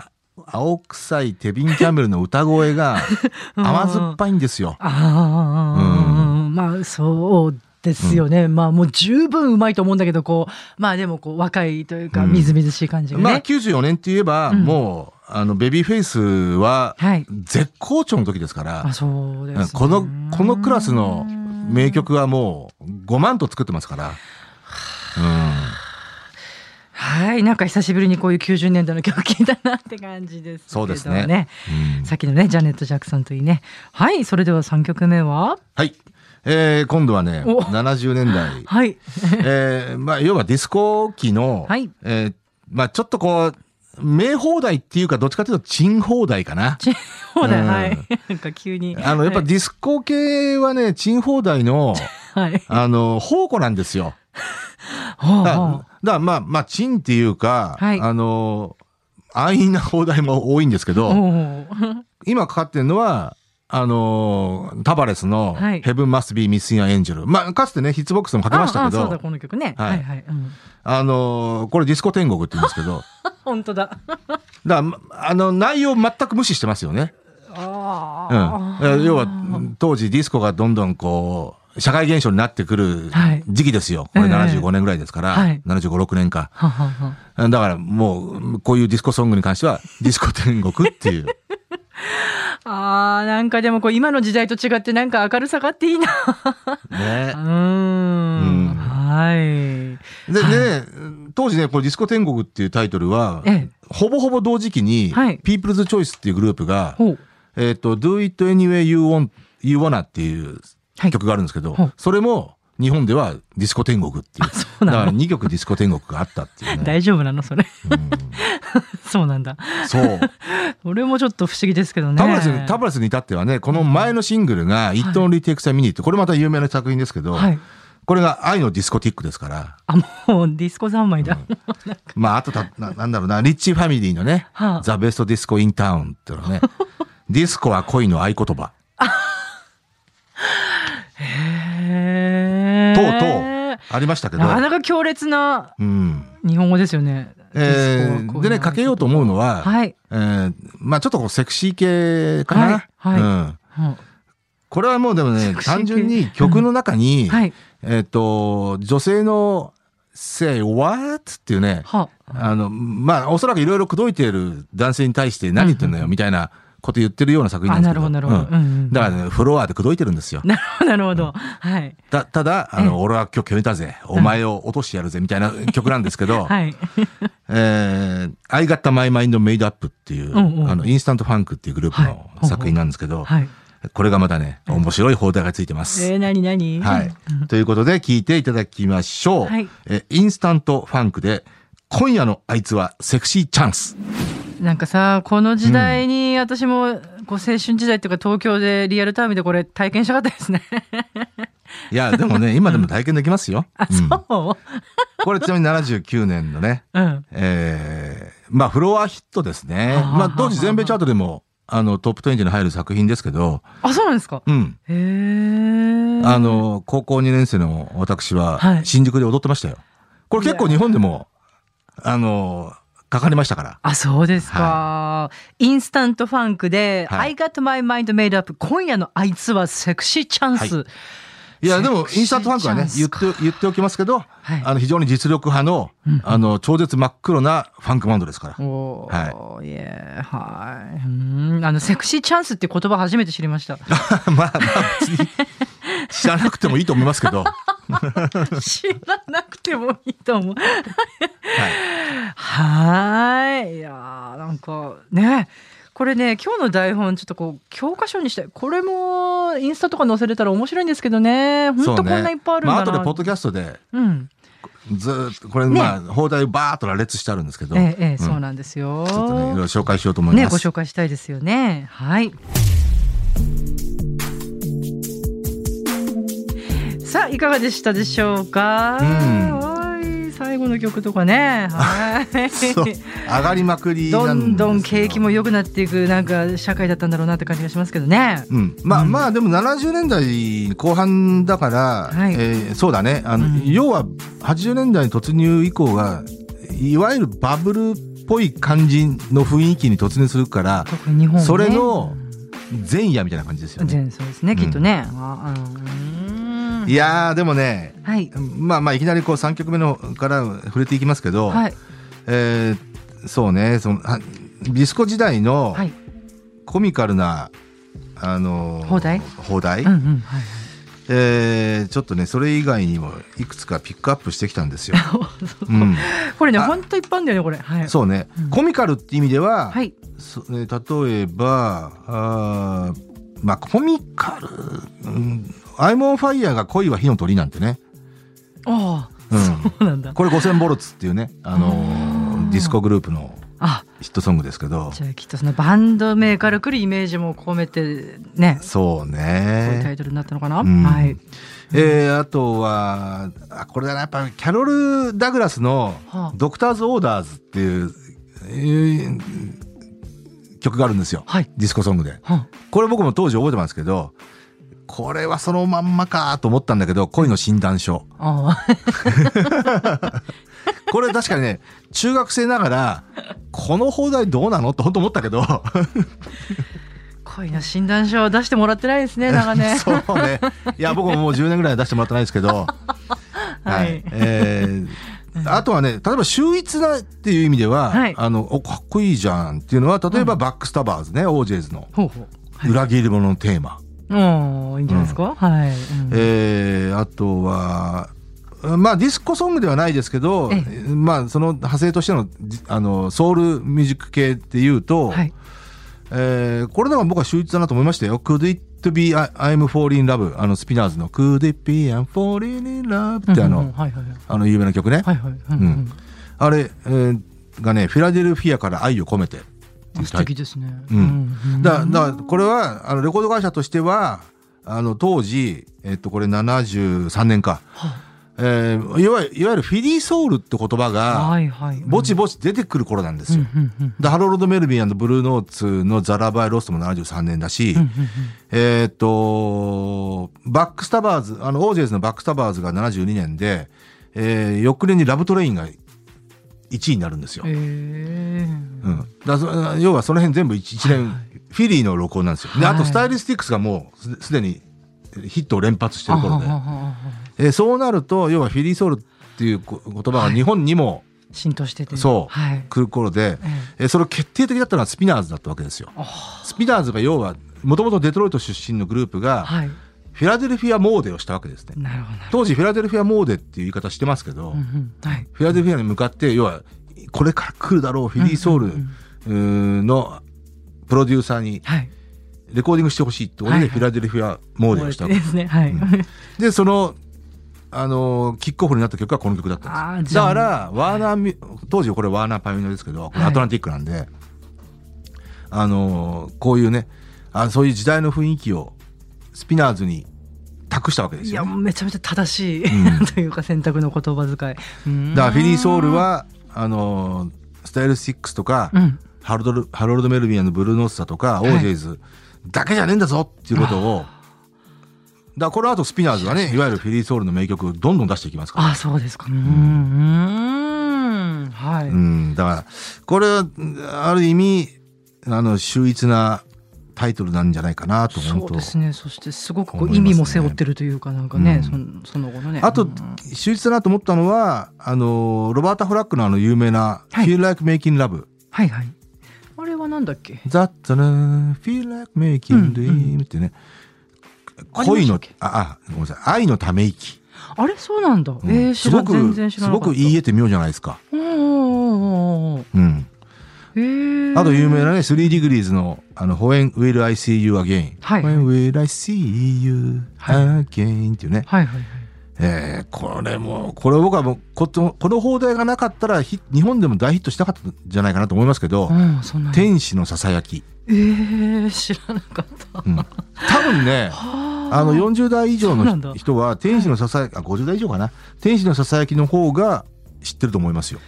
[SPEAKER 2] 青臭いテビン・キャンベルの歌声が
[SPEAKER 1] うん
[SPEAKER 2] 甘酸っぱいんですよ。
[SPEAKER 1] ああ、まあそうですよね。まあもう十分うまいと思うんだけど、こう、まあでもこう若いというか、
[SPEAKER 2] うん
[SPEAKER 1] みずみずしい感じが
[SPEAKER 2] まあ
[SPEAKER 1] ね。
[SPEAKER 2] 94年って言えば
[SPEAKER 1] うん
[SPEAKER 2] もう、あのベビーフェイスは
[SPEAKER 1] はい。
[SPEAKER 2] 絶好調の時ですから、
[SPEAKER 1] あ、そうですね、
[SPEAKER 2] このこのクラスの名曲はもう5万と作ってますから。うん
[SPEAKER 1] はい、なんか久しぶりにこういう90年代の曲聴いたなって感じですけど、ね。
[SPEAKER 2] そうですねうん
[SPEAKER 1] さっきのね、ジャネット・ジャクソンといいね。はい、それでは3曲目は
[SPEAKER 2] はい。えー、今度はね、
[SPEAKER 1] お
[SPEAKER 2] 70年代
[SPEAKER 1] 。はい。
[SPEAKER 2] えー、まあ、要はディスコ期の、
[SPEAKER 1] はい
[SPEAKER 2] えーまあちょっとこう、名放題っていうか、どっちかというと、珍放題かな。
[SPEAKER 1] 地方だよ、
[SPEAKER 2] うん
[SPEAKER 1] はい。 なんか急に。
[SPEAKER 2] あの、やっぱディスコ系はね、珍放 題の、
[SPEAKER 1] はい。
[SPEAKER 2] あの、宝庫なんですよ。
[SPEAKER 1] ほう
[SPEAKER 2] だだ
[SPEAKER 1] ほ
[SPEAKER 2] か
[SPEAKER 1] う
[SPEAKER 2] らまあ、まあ、珍っていうか、
[SPEAKER 1] はい
[SPEAKER 2] あの、安易な放題も多いんですけど、
[SPEAKER 1] おー
[SPEAKER 2] 今かかってるのは、あのータバレスの
[SPEAKER 1] はい
[SPEAKER 2] 「ヘブン・マス・ビー・ミス・イン・エンジェル」まあ、かつてねヒッツボックスでもかけましたけ
[SPEAKER 1] ああ
[SPEAKER 2] ど
[SPEAKER 1] そうだ、
[SPEAKER 2] あ
[SPEAKER 1] この曲ね。は
[SPEAKER 2] はい
[SPEAKER 1] いはい。うん
[SPEAKER 2] のーこれディスコ天国って言うんですけど
[SPEAKER 1] 本当だ。
[SPEAKER 2] だからまあの内容全く無視してますよね、
[SPEAKER 1] あ
[SPEAKER 2] うん
[SPEAKER 1] あ、
[SPEAKER 2] えー要は当時ディスコがどんどんこう社会現象になってくる
[SPEAKER 1] はい
[SPEAKER 2] 時期ですよ、これ
[SPEAKER 1] ええ
[SPEAKER 2] 75年ぐらいですから、
[SPEAKER 1] はい
[SPEAKER 2] 756年か
[SPEAKER 1] ははは
[SPEAKER 2] だからもうこういうディスコソングに関しては ディスコ天国っ ていう
[SPEAKER 1] あーなんかでもこう今の時代と違ってなんか明るさがあっていい な。
[SPEAKER 2] ね
[SPEAKER 1] うーん
[SPEAKER 2] うん
[SPEAKER 1] はい。
[SPEAKER 2] で、で、当時ね、このディスコ天国っていうタイトルは、
[SPEAKER 1] ええ
[SPEAKER 2] ほぼほぼ同時期に、
[SPEAKER 1] はい
[SPEAKER 2] ピープルズ・チョイスっていうグループが、
[SPEAKER 1] ほう。
[SPEAKER 2] えっ、と、Do It Anyway You Want, You Wanna っていう
[SPEAKER 1] はい
[SPEAKER 2] 曲があるんですけど、
[SPEAKER 1] ほう
[SPEAKER 2] それも日本ではディスコ天国っていう。
[SPEAKER 1] そう
[SPEAKER 2] だか
[SPEAKER 1] なの。
[SPEAKER 2] ら2曲ディスコ天国があったっていうね。
[SPEAKER 1] 大丈夫なのそれ。
[SPEAKER 2] うん
[SPEAKER 1] そうなんだ。
[SPEAKER 2] そう。
[SPEAKER 1] 俺もちょっと不思議ですけどね。
[SPEAKER 2] タブレス、タブレスに至ってはね、この前のシングルが、It Only Takes a Minute。これまた有名な作品ですけど、
[SPEAKER 1] はい。
[SPEAKER 2] これが愛のディスコティックですから、
[SPEAKER 1] あもうディスコ三昧だ。
[SPEAKER 2] まあ、あとた、ななんだろうな、リッチーファミリーのね、
[SPEAKER 1] はあ
[SPEAKER 2] ザ・ベスト・ディスコ・イン・タウンっていうのね、 ディスコは恋の合言葉。
[SPEAKER 1] へえ。
[SPEAKER 2] とうとう、ありましたけど、
[SPEAKER 1] なかなか強烈な
[SPEAKER 2] うん。
[SPEAKER 1] 日本語ですよね。ディス
[SPEAKER 2] えー
[SPEAKER 1] コはこういう
[SPEAKER 2] でね、かけようと思うのは、
[SPEAKER 1] はい。
[SPEAKER 2] えーまあちょっとこうセクシー系かな、
[SPEAKER 1] はいはい
[SPEAKER 2] うん。
[SPEAKER 1] うん
[SPEAKER 2] これはもうでもね
[SPEAKER 1] セク、シー系
[SPEAKER 2] 単純に曲の中に、
[SPEAKER 1] はい。
[SPEAKER 2] えっ、と、女性の Say what? っていうね、
[SPEAKER 1] は
[SPEAKER 2] あの、まあ、おそらくいろいろ口説いている男性に対して何言ってんのよみたいなこと言ってるような作品
[SPEAKER 1] あ、
[SPEAKER 2] なんで
[SPEAKER 1] な
[SPEAKER 2] すけ
[SPEAKER 1] るほ
[SPEAKER 2] ど。
[SPEAKER 1] ど、なるほど。
[SPEAKER 2] うん
[SPEAKER 1] うんうん
[SPEAKER 2] だからね、フロアで口説いてるんですよ。
[SPEAKER 1] なるほど、なるほど。はい。
[SPEAKER 2] たただ、あ
[SPEAKER 1] え
[SPEAKER 2] の、俺は今日決めたぜ。お前を落としてやるぜ、みたいな曲なんです けど、
[SPEAKER 1] はい。
[SPEAKER 2] えー、I Got My Mind Made Up っていう、
[SPEAKER 1] うんうん
[SPEAKER 2] あの、インスタントファンクっていうグループ
[SPEAKER 1] は
[SPEAKER 2] の
[SPEAKER 1] い
[SPEAKER 2] 作品なんですけど、
[SPEAKER 1] はい。
[SPEAKER 2] これがまたね、面白い放題がついてます。
[SPEAKER 1] えー、なになに
[SPEAKER 2] はい。ということで、聞いていただきましょう。
[SPEAKER 1] はい
[SPEAKER 2] え、インスタントファンクで、今夜のあいつはセクシーチャンス。
[SPEAKER 1] なんかさ、この時代に私も、こう青春時代っていうか東京でリアルタイムでこれ体験したかったですね。
[SPEAKER 2] いや、でも ね、今でも体験できますよ。
[SPEAKER 1] あ、
[SPEAKER 2] う ん
[SPEAKER 1] そ
[SPEAKER 2] これちなみに79年のね、
[SPEAKER 1] ううん。
[SPEAKER 2] えーまあフロアヒットですね。
[SPEAKER 1] はあ
[SPEAKER 2] まあ当時全米チャートでも、あの、トップ20に入る作品ですけど、
[SPEAKER 1] あ、そうなんですか
[SPEAKER 2] うん。
[SPEAKER 1] へえ。
[SPEAKER 2] あ、の、高校2年生の私
[SPEAKER 1] は
[SPEAKER 2] は、
[SPEAKER 1] い
[SPEAKER 2] 新宿で踊ってましたよ。これ結
[SPEAKER 1] い
[SPEAKER 2] 構
[SPEAKER 1] や
[SPEAKER 2] 日本でも、あの、かかりましたから。
[SPEAKER 1] あ、そうですか。インスタントファンクで、
[SPEAKER 2] は
[SPEAKER 1] I got my mind made up 今夜のあいつはセクシーチャンス。
[SPEAKER 2] いや、でも、
[SPEAKER 1] セ
[SPEAKER 2] イ
[SPEAKER 1] クシー
[SPEAKER 2] ンスタントファンクはね、
[SPEAKER 1] チャンス
[SPEAKER 2] 言っ
[SPEAKER 1] か
[SPEAKER 2] て、言っておきますけど、
[SPEAKER 1] はい
[SPEAKER 2] あの、非常に実力派の、あの、超絶真っ黒なファンクバンドで すから。
[SPEAKER 1] おー、い、え、はい。うん、あの、セクシーチャンスって言葉初めて知りま した。
[SPEAKER 2] まあ、まあ、別に、知らなくてもいいと思いますけど、は
[SPEAKER 1] 知らなくてもいいと思う。
[SPEAKER 2] い。
[SPEAKER 1] はーい。いやーなんかね、これね、今日の台本ちょっとこう教科書にして、これもインスタとか載せれたら面白いんですけどね。本
[SPEAKER 2] そう
[SPEAKER 1] 当こんないっぱいあるんだな。
[SPEAKER 2] ねまあ、後でポッドキャストで
[SPEAKER 1] うん。
[SPEAKER 2] ずーっとこれ、まあ放題バーっと羅列してあるんですけど、
[SPEAKER 1] ええええ、そう
[SPEAKER 2] うん
[SPEAKER 1] なんですよ。
[SPEAKER 2] ちょっとねいろいろ紹介しようと思い
[SPEAKER 1] ね、
[SPEAKER 2] ま
[SPEAKER 1] ご
[SPEAKER 2] す。
[SPEAKER 1] 紹介したいですよね。はい。さあ、いかがでしたでしょうか。
[SPEAKER 2] うん
[SPEAKER 1] はい、最後の曲とかね。はい。
[SPEAKER 2] そう上がりまくりな
[SPEAKER 1] どん
[SPEAKER 2] んですけ
[SPEAKER 1] どん景気も良くなっていくなんか社会だったんだろうなって感じがしますけどね。
[SPEAKER 2] うん、まあ、まあでも70年代後半だから、
[SPEAKER 1] はい
[SPEAKER 2] えーそうだねあの、
[SPEAKER 1] うん
[SPEAKER 2] 要は80年代突入以降がいわゆるバブルっぽい感じの雰囲気に突入するから
[SPEAKER 1] 特に日本、ね、
[SPEAKER 2] それの前夜みたいな感じですよね。
[SPEAKER 1] 全そうですねきっとね。あうん
[SPEAKER 2] いやーでもね
[SPEAKER 1] はい
[SPEAKER 2] まあまあいきなりこう3曲目のから触れていきますけど、
[SPEAKER 1] はい
[SPEAKER 2] えーそうねそのはディスコ時代の
[SPEAKER 1] はい
[SPEAKER 2] コミカルな、あのー
[SPEAKER 1] 放題
[SPEAKER 2] 放題
[SPEAKER 1] うんうんはい
[SPEAKER 2] えーちょっとねそれ以外にもいくつかピックアップしてきたんですよ。
[SPEAKER 1] そう
[SPEAKER 2] うん、
[SPEAKER 1] これね
[SPEAKER 2] あ
[SPEAKER 1] 本当いっぱいあるんだよねこれはい
[SPEAKER 2] そうね、
[SPEAKER 1] うん
[SPEAKER 2] コミカルって意味では、
[SPEAKER 1] はい
[SPEAKER 2] そね、例えばあーまあコミカル「うん、アイモンファイヤーが恋は火の鳥」なんてね
[SPEAKER 1] ああ、
[SPEAKER 2] うん
[SPEAKER 1] そうなんだ
[SPEAKER 2] これ5000ボルツっていうね、あのー
[SPEAKER 1] あー
[SPEAKER 2] ディスコグループの
[SPEAKER 1] あ
[SPEAKER 2] ヒットソングですけど
[SPEAKER 1] じゃあきっとそのバンド名から来るイメージも込めてね
[SPEAKER 2] そ
[SPEAKER 1] そう
[SPEAKER 2] う
[SPEAKER 1] いうタ
[SPEAKER 2] ね
[SPEAKER 1] イトルになったのかな、
[SPEAKER 2] うん
[SPEAKER 1] はい
[SPEAKER 2] えーあとはあこれだなやっぱキャロル・ダグラスの
[SPEAKER 1] はあ
[SPEAKER 2] 「ドクターズ・オーダーズ」っていう、えー曲があるんですよ
[SPEAKER 1] はい
[SPEAKER 2] ディスコソングで。
[SPEAKER 1] は
[SPEAKER 2] これ僕も当時覚えてますけどこれはそのまんまかと思ったんだけど恋の診断書
[SPEAKER 1] ああ あ
[SPEAKER 2] これ確かにね 中学生ながらこの放題どうなのって本当思ったけど
[SPEAKER 1] 恋の診断書を出してもらってないですね長年
[SPEAKER 2] そうねいや僕ももう10年ぐらい出してもらってない ですけどは
[SPEAKER 1] は
[SPEAKER 2] い、
[SPEAKER 1] い
[SPEAKER 2] えーあとはね例えば秀逸なっていう意味では、
[SPEAKER 1] はい
[SPEAKER 2] あのおかっこいいじゃんっていうのは例えばバックスタバーズね、オージェイズの
[SPEAKER 1] ほうほう
[SPEAKER 2] 「裏切り者のテーマ」
[SPEAKER 1] おーいいんじゃないですか、はい、うん
[SPEAKER 2] えーあとは、まあ、ディスコソングではないですけど、
[SPEAKER 1] え
[SPEAKER 2] まあ、その派生としてのじあのソウルミュージック系っていうと、
[SPEAKER 1] はい
[SPEAKER 2] えーこれのが僕は秀逸だなと思いましたよ。Could it be I, I'm falling in love? あのスピナーズの Could it be I'm falling in love? ってあ
[SPEAKER 1] う
[SPEAKER 2] の,、
[SPEAKER 1] んうんうんはいはいはい
[SPEAKER 2] あの有名な曲ね。
[SPEAKER 1] はいはいうんう
[SPEAKER 2] うんんあれ、えーがね、フィラデルフィアから愛を込めてっていう
[SPEAKER 1] 素
[SPEAKER 2] タイ
[SPEAKER 1] 敵ですね。
[SPEAKER 2] うん
[SPEAKER 1] うんうん
[SPEAKER 2] だだこれはあのレコード会社としてはあの当時、えっと、これ73年か、えーいわゆるいわゆるフィリーソウルって言葉
[SPEAKER 1] は
[SPEAKER 2] が
[SPEAKER 1] いはい。
[SPEAKER 2] ぼちぼち出てくる頃なんですよ。
[SPEAKER 1] うんうん
[SPEAKER 2] でハロルド・メルビンブルーノーツの「ザラバイ・ロスト」も73年だし、
[SPEAKER 1] うんうん
[SPEAKER 2] えーっとバックスタバーズあのオージェイズのバックスタバーズが72年で、えー翌年に「ラブ・トレイン」が1位になるんですよ。
[SPEAKER 1] うんえー
[SPEAKER 2] うん、だそ要はその辺全部一一連、フィリーの録音なんですよ。で
[SPEAKER 1] はい
[SPEAKER 2] あとスタイリスティックスがもうすすでにヒットを連発してる頃で
[SPEAKER 1] あはははは
[SPEAKER 2] えーそうなると要はフィリーソウルっていうこ言葉が日本にも
[SPEAKER 1] 浸透してて。
[SPEAKER 2] そう
[SPEAKER 1] はい。
[SPEAKER 2] 来る頃で、
[SPEAKER 1] ええ
[SPEAKER 2] えーそれを決定的だったのはスピナーズだったわけですよ。スピナーズが要はもともとデトロイト出身のグループが
[SPEAKER 1] はい。
[SPEAKER 2] フィラデルフィアモーデをしたわけですね。
[SPEAKER 1] なるほどなる
[SPEAKER 2] 当時フィラデルフィアモーデっていう言い方してますけ
[SPEAKER 1] ほ
[SPEAKER 2] ど、
[SPEAKER 1] ど。うんうんはい。
[SPEAKER 2] フィラデルフィアに向かって要はこれから来るだろうフィリー・ソウル
[SPEAKER 1] うん
[SPEAKER 2] うーんのプロデューサーに
[SPEAKER 1] はい。
[SPEAKER 2] レコーディングしてほしいってこと
[SPEAKER 1] はいは
[SPEAKER 2] で
[SPEAKER 1] い
[SPEAKER 2] フィラデルフィアモーデルをしたわけ
[SPEAKER 1] ですね。はい。
[SPEAKER 2] でそのあのーキックオフになった曲がこの曲だったんです
[SPEAKER 1] あー
[SPEAKER 2] だ
[SPEAKER 1] じゃ
[SPEAKER 2] か
[SPEAKER 1] あ
[SPEAKER 2] らワーナーミュ当時これワーナーパイオニアですけどこれ
[SPEAKER 1] はい
[SPEAKER 2] アトランティックなんで、あのーこういうねあそういう時代の雰囲気をスピナーズに託したわけで
[SPEAKER 1] い
[SPEAKER 2] す
[SPEAKER 1] や
[SPEAKER 2] よ、ね、
[SPEAKER 1] めちゃめちゃ正しい
[SPEAKER 2] うん
[SPEAKER 1] というか選択の言葉遣い。うん
[SPEAKER 2] だからフィリー・ソウルはあのースタイル6とか、
[SPEAKER 1] うん
[SPEAKER 2] ハロルドハロルド・メルビアのブルーノースだとか、
[SPEAKER 1] はい
[SPEAKER 2] オージェイズだけじゃねえんだぞっていうことをだからこの後スピナーズがねいわゆるフィリー・ソウルの名曲をどんどん出していきますから。
[SPEAKER 1] あそうですか。うんうんはい。
[SPEAKER 2] うん、だからこれはある意味あの秀逸なタイトルなんじゃないかなと
[SPEAKER 1] そ
[SPEAKER 2] 思う
[SPEAKER 1] う
[SPEAKER 2] と
[SPEAKER 1] ですね。そしてすごくこ
[SPEAKER 2] 思
[SPEAKER 1] う
[SPEAKER 2] います
[SPEAKER 1] 意
[SPEAKER 2] ね
[SPEAKER 1] 味も背負ってるというかなんかね、
[SPEAKER 2] うん
[SPEAKER 1] そのその後のね。
[SPEAKER 2] あ
[SPEAKER 1] う
[SPEAKER 2] と
[SPEAKER 1] ん
[SPEAKER 2] 秀逸だなと思ったのはあのロバータ・フラックのあの有名な「
[SPEAKER 1] はい
[SPEAKER 2] Feel Like Making Love
[SPEAKER 1] はいはい。あれはなんだっけ」。
[SPEAKER 2] 「That's a Feel Like Making Dream」ってね恋の
[SPEAKER 1] ありました
[SPEAKER 2] ああごめんなさい愛のため息。
[SPEAKER 1] あれそうなんだ。
[SPEAKER 2] うん
[SPEAKER 1] えー、
[SPEAKER 2] す
[SPEAKER 1] 知ら
[SPEAKER 2] ご
[SPEAKER 1] 全然
[SPEAKER 2] く
[SPEAKER 1] 知
[SPEAKER 2] す
[SPEAKER 1] らなか
[SPEAKER 2] ご
[SPEAKER 1] った。
[SPEAKER 2] く言い得て妙じゃないですか。
[SPEAKER 1] おーおーおーおー
[SPEAKER 2] うん。
[SPEAKER 1] えー
[SPEAKER 2] あと有名なね、3 degrees の、あの、When will I see you again?、
[SPEAKER 1] はい
[SPEAKER 2] When will I see you
[SPEAKER 1] は
[SPEAKER 2] again?、っていうね。
[SPEAKER 1] はいはいはい。
[SPEAKER 2] えー、これも、これ僕はもう、ことこの放題がなかったらヒ、日本でも大ヒットしなかったんじゃないかなと思いますけど、
[SPEAKER 1] うん、そんなの。
[SPEAKER 2] 天使のささやき。
[SPEAKER 1] えー、知らなかった。
[SPEAKER 2] うん、多分ね、
[SPEAKER 1] あ
[SPEAKER 2] あの、40代以上
[SPEAKER 1] そうなんだ
[SPEAKER 2] の人は、天使のささやき、あ、50代以上かな。天使のささやきの方が知ってると思いますよ。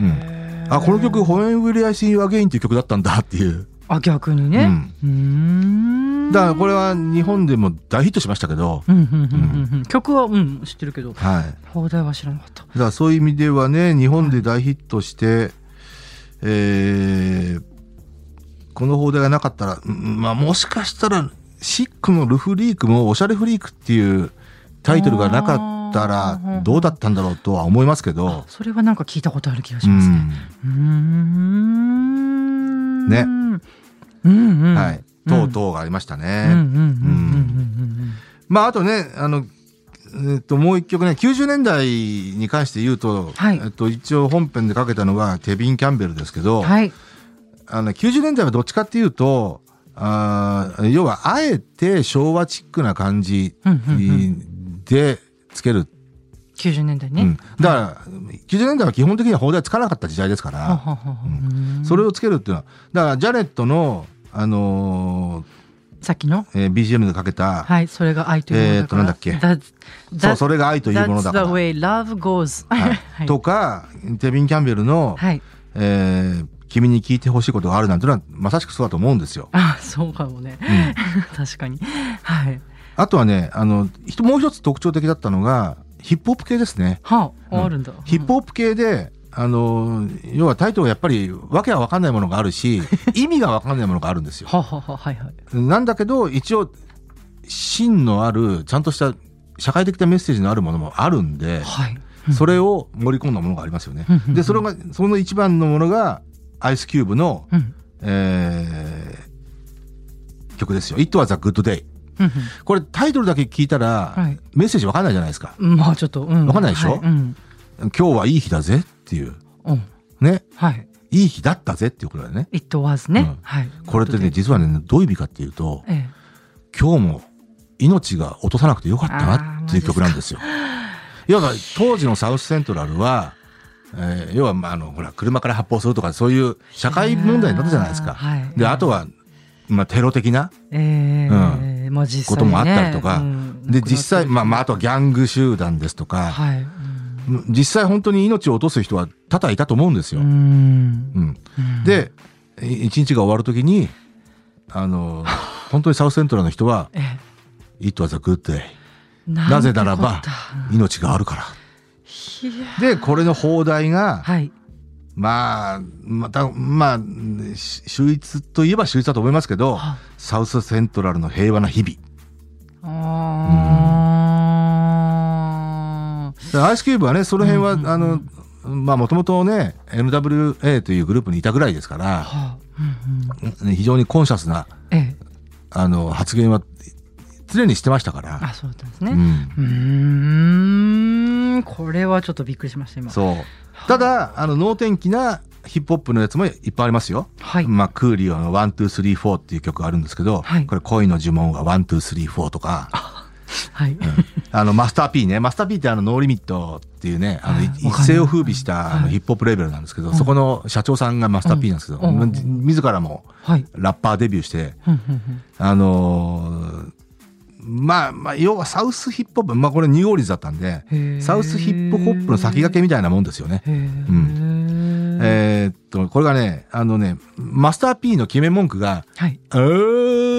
[SPEAKER 2] うん。あこの曲「ホエン・ウィリアイ・シン・アゲイン」っていう曲だったんだっていう
[SPEAKER 1] あ逆にね。うーん。
[SPEAKER 2] だからこれは日本でも大ヒットしましたけど、
[SPEAKER 1] うんうんうんうんうん。曲はうん知ってるけど、
[SPEAKER 2] はい、だか
[SPEAKER 1] 放題は知らなかった。
[SPEAKER 2] らそういう意味ではね日本で大ヒットして、えーこの放題がなかったら、うんまあ、もしかしたら「シック」も「ルフリーク」も「おしゃれフリーク」っていうタイトルがなかった
[SPEAKER 1] あー
[SPEAKER 2] らどうだったんだろうとは思いますけど。
[SPEAKER 1] それはなんか聞いたことある気がし
[SPEAKER 2] う
[SPEAKER 1] ますね。
[SPEAKER 2] ん
[SPEAKER 1] うーん。
[SPEAKER 2] ね
[SPEAKER 1] うんうん。
[SPEAKER 2] はい、とうとうがありました
[SPEAKER 1] うん
[SPEAKER 2] ね。
[SPEAKER 1] うんうんうんうん
[SPEAKER 2] まああとねあの、えっともう一曲ね90年代に関して言うと、
[SPEAKER 1] はい
[SPEAKER 2] えっと一応本編でかけたのがケビン・キャンベルですけど、
[SPEAKER 1] うん。はい。
[SPEAKER 2] あの90年代はどっちかっていうとあー要はあえて昭和チックな感じ
[SPEAKER 1] うんうんう
[SPEAKER 2] でつける
[SPEAKER 1] 90年代
[SPEAKER 2] う
[SPEAKER 1] ね
[SPEAKER 2] ん。だから、90年代は基本的には放題つかなかった時代ですか
[SPEAKER 1] は
[SPEAKER 2] ら、
[SPEAKER 1] ははは
[SPEAKER 2] それをつけるっていうのは、だから、ジャレットの、あの
[SPEAKER 1] さっきの
[SPEAKER 2] ーえー BGM でかけた、
[SPEAKER 1] はい、それが愛というものだから。
[SPEAKER 2] えーっとなん
[SPEAKER 1] That's-
[SPEAKER 2] そう、それが愛というものだから
[SPEAKER 1] That's the。way love goes.
[SPEAKER 2] はい、とか、テビン・キャンベルの、
[SPEAKER 1] はい。
[SPEAKER 2] えー君に聞いてほしいことがあるなんてのは、まさしくそうだと思うんですよ。
[SPEAKER 1] あ、そうかもね。
[SPEAKER 2] うん、
[SPEAKER 1] 確かに。はい。
[SPEAKER 2] あとはね、あの、ひともう一つ特徴的だったのが、ヒップホップ系ですね。
[SPEAKER 1] はあ、
[SPEAKER 2] うん
[SPEAKER 1] あるんだ。
[SPEAKER 2] ヒップホップ系で、あの、要はタイトルはやっぱり、わけはわかんないものがあ るし、意味がわかんないものがあるんですよ。
[SPEAKER 1] はあはあはあはいはい。
[SPEAKER 2] なんだけど、一応、芯のある、ちゃんとした、社会的なメッセージのあるものもあるんで、
[SPEAKER 1] はい。
[SPEAKER 2] それを盛り込んだものがありますよね
[SPEAKER 1] うんうんう。ん
[SPEAKER 2] で、それが、その一番のものが、アイスキューブの、
[SPEAKER 1] うん。
[SPEAKER 2] えー曲ですよ。It was a good day。
[SPEAKER 1] うん
[SPEAKER 2] これタイトルだけ聞いたら、
[SPEAKER 1] はい
[SPEAKER 2] メッセージわかんないじゃないですか。
[SPEAKER 1] うん。まあちょっと、うん。
[SPEAKER 2] わかんないでしょ
[SPEAKER 1] はうん。
[SPEAKER 2] 今日はいい日だぜっていう。
[SPEAKER 1] うん。
[SPEAKER 2] ね。
[SPEAKER 1] はい。
[SPEAKER 2] いい日だったぜっていうことだよね。
[SPEAKER 1] It was
[SPEAKER 2] う
[SPEAKER 1] ね
[SPEAKER 2] ん。
[SPEAKER 1] はい。
[SPEAKER 2] これってね、実はね、どういう意味かっていうと、
[SPEAKER 1] ええ。
[SPEAKER 2] 今日も命が落とさなくてよかったなっていう曲なんですよ。要は当時のサウスセントラルは、えー要は、まあ、あの、ほら、車から発砲するとか、そういう社会問題になったじゃないです
[SPEAKER 1] あー
[SPEAKER 2] か。
[SPEAKER 1] はい
[SPEAKER 2] で、あとは、まあ、テロ的な、
[SPEAKER 1] ええ。まあ実際ね。
[SPEAKER 2] こともあったりとか、
[SPEAKER 1] うん
[SPEAKER 2] で実際、まあ、まあ、あとはギャング集団ですとか、
[SPEAKER 1] はい。うん
[SPEAKER 2] 実際本当に命を落とす人は多々いたと思うんですよ。
[SPEAKER 1] う。
[SPEAKER 2] うんんでい一日が終わる時に あの本当にサウスセントラルの人は
[SPEAKER 1] ええ
[SPEAKER 2] 「It was a good day
[SPEAKER 1] な
[SPEAKER 2] ぜならば
[SPEAKER 1] んてこっ
[SPEAKER 2] 命があるから
[SPEAKER 1] たいや」
[SPEAKER 2] でこれの放題が、
[SPEAKER 1] はい。
[SPEAKER 2] まあまたまあし秀逸といえば秀逸だと思いますけど
[SPEAKER 1] は
[SPEAKER 2] サウスセントラルの平和な日々
[SPEAKER 1] あー
[SPEAKER 2] でアイスキューブはねその辺は、あのまあもともとね NWA というグループにいたぐらいですから
[SPEAKER 1] はあうんうん
[SPEAKER 2] 非常にコンシャスな
[SPEAKER 1] ええ。
[SPEAKER 2] あの発言は常にしてましたから、
[SPEAKER 1] あ、そうだったんですね。
[SPEAKER 2] うん、
[SPEAKER 1] うーんこれはちょっとびっくりしました今
[SPEAKER 2] そうただあの能天気なヒップホップのやつもいっぱいありますよ、
[SPEAKER 1] はい、
[SPEAKER 2] まあ、クーリオの「ワントゥースリーフォー」っていう曲があるんですけど、
[SPEAKER 1] はい
[SPEAKER 2] これ「恋の呪文」が「ワントゥースリーフォー」とか
[SPEAKER 1] はい、
[SPEAKER 2] あのマスター P ねマスター P ってあの「ノーリミット」っていうねあのい
[SPEAKER 1] あーわかんない
[SPEAKER 2] 一世を風靡したあの
[SPEAKER 1] はい
[SPEAKER 2] ヒップホップレーベルなんですけど、そこの社長さんがマスター P なんですけど、
[SPEAKER 1] うんうん
[SPEAKER 2] 自らも
[SPEAKER 1] はい
[SPEAKER 2] ラッパーデビューして
[SPEAKER 1] ふんふんふん
[SPEAKER 2] あのーまあまあ要はサウスヒップホップまあこれニューオーリンズだったんで
[SPEAKER 1] へー
[SPEAKER 2] サウスヒップホップの先駆けみたいなもんですよね。
[SPEAKER 1] へえ、うん
[SPEAKER 2] えーっとこれがねあのねマスター P の決め文句が
[SPEAKER 1] はい
[SPEAKER 2] 「う